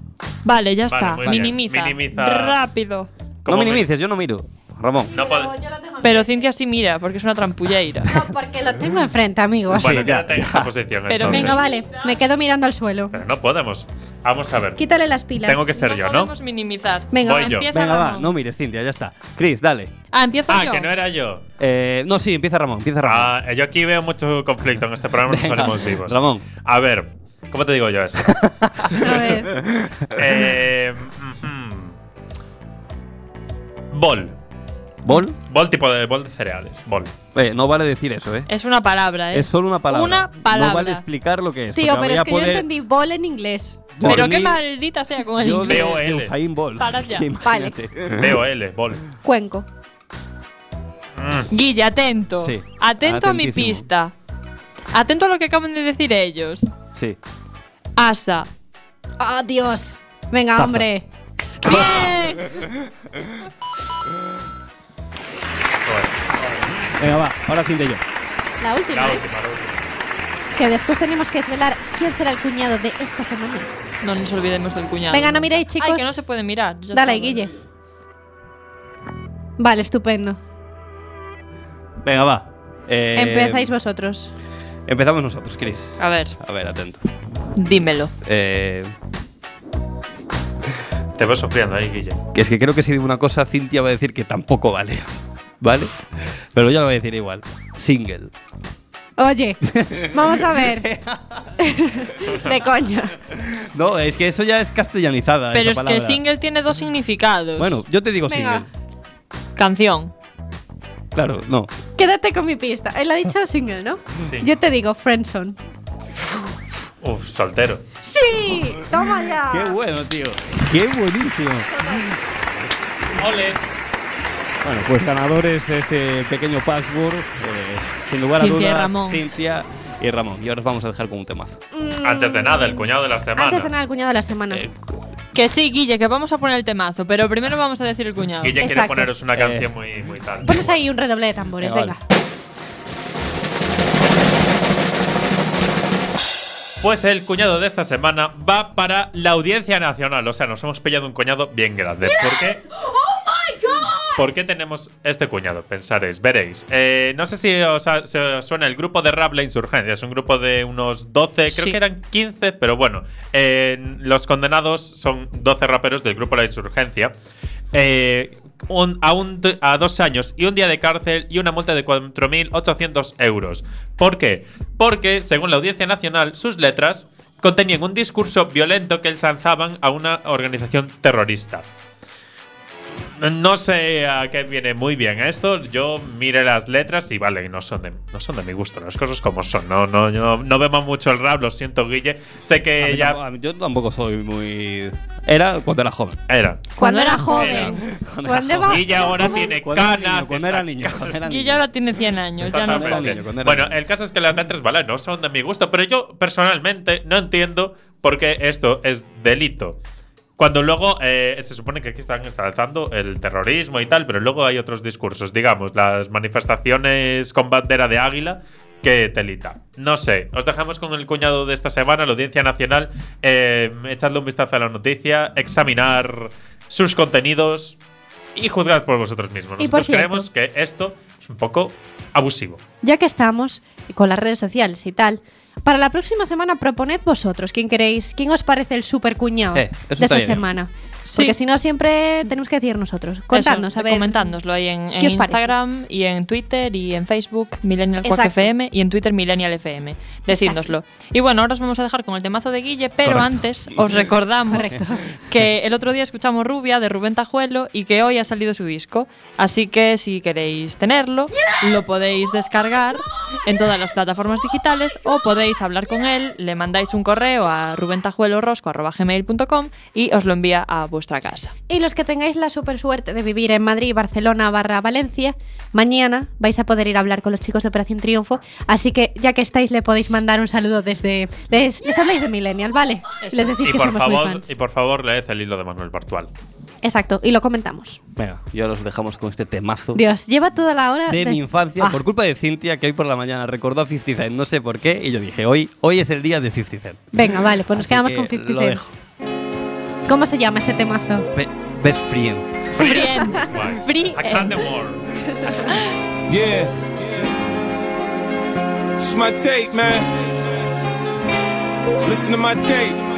Vale, ya
Vale,
está.
muy bien.
minimiza.
Minimiza.
Rápido.
No
¿Cómo me-
minimices, yo no miro. Ramón.
No puedo.
yo lo tengo
Pero Cintia sí mira, porque es una trampulleira.
No, porque lo tengo enfrente, amigos.
Bueno,
Sí, ya,
quédate en
ya.
esa posición.
Pero
entonces.
Venga, vale. Me quedo mirando al suelo.
Pero no podemos. Vamos a ver.
Quítale las pilas.
Tengo que ser yo, ¿no?
podemos minimizar.
Venga,
Voy
va.
yo.
Empieza
Venga, va,
Ramón.
no mires, Cintia, ya está. Chris, dale.
Ah, empiezo
Ah,
yo.
que no era yo.
Eh, no, sí, empieza Ramón, empieza Ramón.
Ah, yo aquí veo mucho conflicto en este programa, no
Venga,
salimos vivos.
Ramón.
A ver, ¿cómo te digo yo eso?
A ver.
eh, ujú. Bol.
¿Bol?
Bol tipo de bol de cereales. Bol.
Eh, no vale decir eso, ¿eh?
Es una palabra, ¿eh?
Es solo una palabra.
Una palabra.
No vale explicar lo que es.
Tío,
porque
pero
voy
es
a
que yo
poder-
entendí bol en inglés.
Bol.
Pero qué
Ni-
maldita sea con el
Yo
inglés.
leo-
de
BOL.
Usain Bolt.
Para ya.
Imagínate.
Veo L, bol.
Cuenco.
Mm,
Guille, atento.
Sí.
Atento a mi
Atentísimo.
pista. Atento a lo que acaban de decir ellos.
Sí.
Asa.
¡Ah, Dios! Venga,
Taza.
hombre.
¡Bien!
bueno.
Venga, va, ahora Cintia y yo.
La última.
La
¿eh?
última, la última.
Que después tenemos que desvelar quién será el cuñado de esta semana.
No nos olvidemos del cuñado.
Venga, no miréis, chicos.
Ay, que no se puede mirar. Ya
Dale,
está,
Guille. Vale, estupendo.
Venga, va. Eh,
Empezáis vosotros.
Empezamos nosotros, Chris.
A ver,
A ver, atento.
dímelo.
Eh,
Te veo sufriendo ahí, Guille.
que es que creo que si digo una cosa, Cintia va a decir que tampoco vale. ¿Vale? Pero yo lo voy a decir igual. Single.
Oye, vamos a ver. de coña.
No, es que eso ya es castellanizada.
Pero es
esa
que
palabra.
single tiene dos significados.
Bueno, yo te digo
Venga.
single.
Canción.
Claro, no.
Quédate con mi pista. Él ha dicho single, ¿no?
Sí.
Yo te digo friendzone.
Uf, soltero.
¡Sí! ¡Toma ya!
Qué bueno, tío. Qué buenísimo.
Ole.
Bueno, pues ganadores de este pequeño password, eh, sin lugar a
Cintia y
dudas,
Ramón.
Cintia y Ramón. Y ahora os vamos a dejar con un temazo.
Mm,
Antes de nada, el cuñado de la semana.
Antes de nada, el cuñado de la semana.
Eh,
Que sí, Guille, que vamos a poner el temazo, pero primero vamos a decir el cuñado.
Guille quiere
Exacto.
poneros una
Eh.
canción muy, muy tal.
Pones ahí un redoble de tambores,
Venga,
venga.
Pues el cuñado de esta semana va para la Audiencia Nacional. O sea, nos hemos pillado un cuñado bien grande. ¿Por qué? ¿Por qué tenemos este cuñado? Pensaréis, veréis. Eh, no sé si os, ha- se os suena el grupo de rap La Insurgencia. Es un grupo de unos 12, creo
Sí.
que eran 15, pero bueno. Eh, los condenados son 12 raperos del grupo La Insurgencia. Eh, un- a, un- a dos años y un día de cárcel y una multa de 4.800 euros. ¿Por qué? Porque, según la Audiencia Nacional, sus letras contenían un discurso violento que lanzaban a una organización terrorista. No sé a qué viene muy bien esto. Yo mire las letras y vale, no son de, no son de mi gusto, las cosas como son. No, no, yo no vemos mucho el rap, lo siento, Guille. Sé
a
que
mí
Eh, ya
tampoco- a mí- yo tampoco soy muy. Era cuando era joven.
era.
Cuando era
era
joven.
Cuando era
Cuando
joven.
va-
Guille ahora tiene
Cuando era
canas.
niño, cuando era
está
niño. cuando era
Guille
niño.
ahora tiene 100 años, ya no
Exactamente.
puede.
era niño, cuando era
Bueno,
niño.
el caso es que las letras, vale, no son de mi gusto, pero yo personalmente no entiendo por qué esto es delito. Cuando luego eh, se supone que aquí están ensalzando el terrorismo y tal, pero luego hay otros discursos, digamos, las manifestaciones con bandera de águila. Que telita. No sé, os dejamos con el cuñado de esta semana, la Audiencia Nacional. Eh, echadle un vistazo a la noticia, examinar sus contenidos y juzgad por vosotros mismos.
Y por
Nosotros creemos que esto es un poco abusivo.
Ya que estamos con las redes sociales y tal, Para la próxima semana proponed vosotros quién queréis, quién os parece el super cuñado
Eh,
de
eso estaría
esa
bien.
semana. Porque si no, siempre tenemos que decir nosotros. Contadnos,
Eso, eh,
a ver.
Comentádnoslo ahí en, en
¿qué os parece?
Instagram y en Twitter y en Facebook, Millennial Quack
Exacto.
FM y en Twitter Millennial FM. Decídnoslo. Y bueno, ahora os vamos a dejar con el temazo de Guille, pero
Correcto.
antes os recordamos
Correcto.
que el otro día escuchamos Rubia de Rubén Tajuelo y que hoy ha salido su disco. Así que si queréis tenerlo, lo podéis descargar en todas las plataformas digitales o podéis hablar con él, le mandáis un correo a rubentajuelorosco.com y os lo envía a vuestra casa.
Y los que tengáis la super suerte de vivir en Madrid, Barcelona barra Valencia, mañana vais a poder ir a hablar con los chicos de Operación Triunfo. Así que ya que estáis, le podéis mandar un saludo desde. Les, les habláis de Millennial, ¿vale? Les decís
y,
que
por
somos muy
favor,
fans.
y por favor, leed el hilo de Manuel Bartual.
Exacto, y lo comentamos.
Venga, y ahora os dejamos con este temazo.
Dios, lleva toda la hora.
de mi infancia
Ah,
por culpa de Cintia que hoy por la mañana recordó a 50 Cent, no sé por qué, y yo dije, hoy, hoy es el día de 50 Cent.
Venga, vale, pues nos
Así
quedamos
que
con 50
lo
Cent.
dejo.
¿Cómo se llama este temazo?
Be- best friend.
Friend. Free
I can't more.
Yeah. It's my tape, man. Listen to my tape.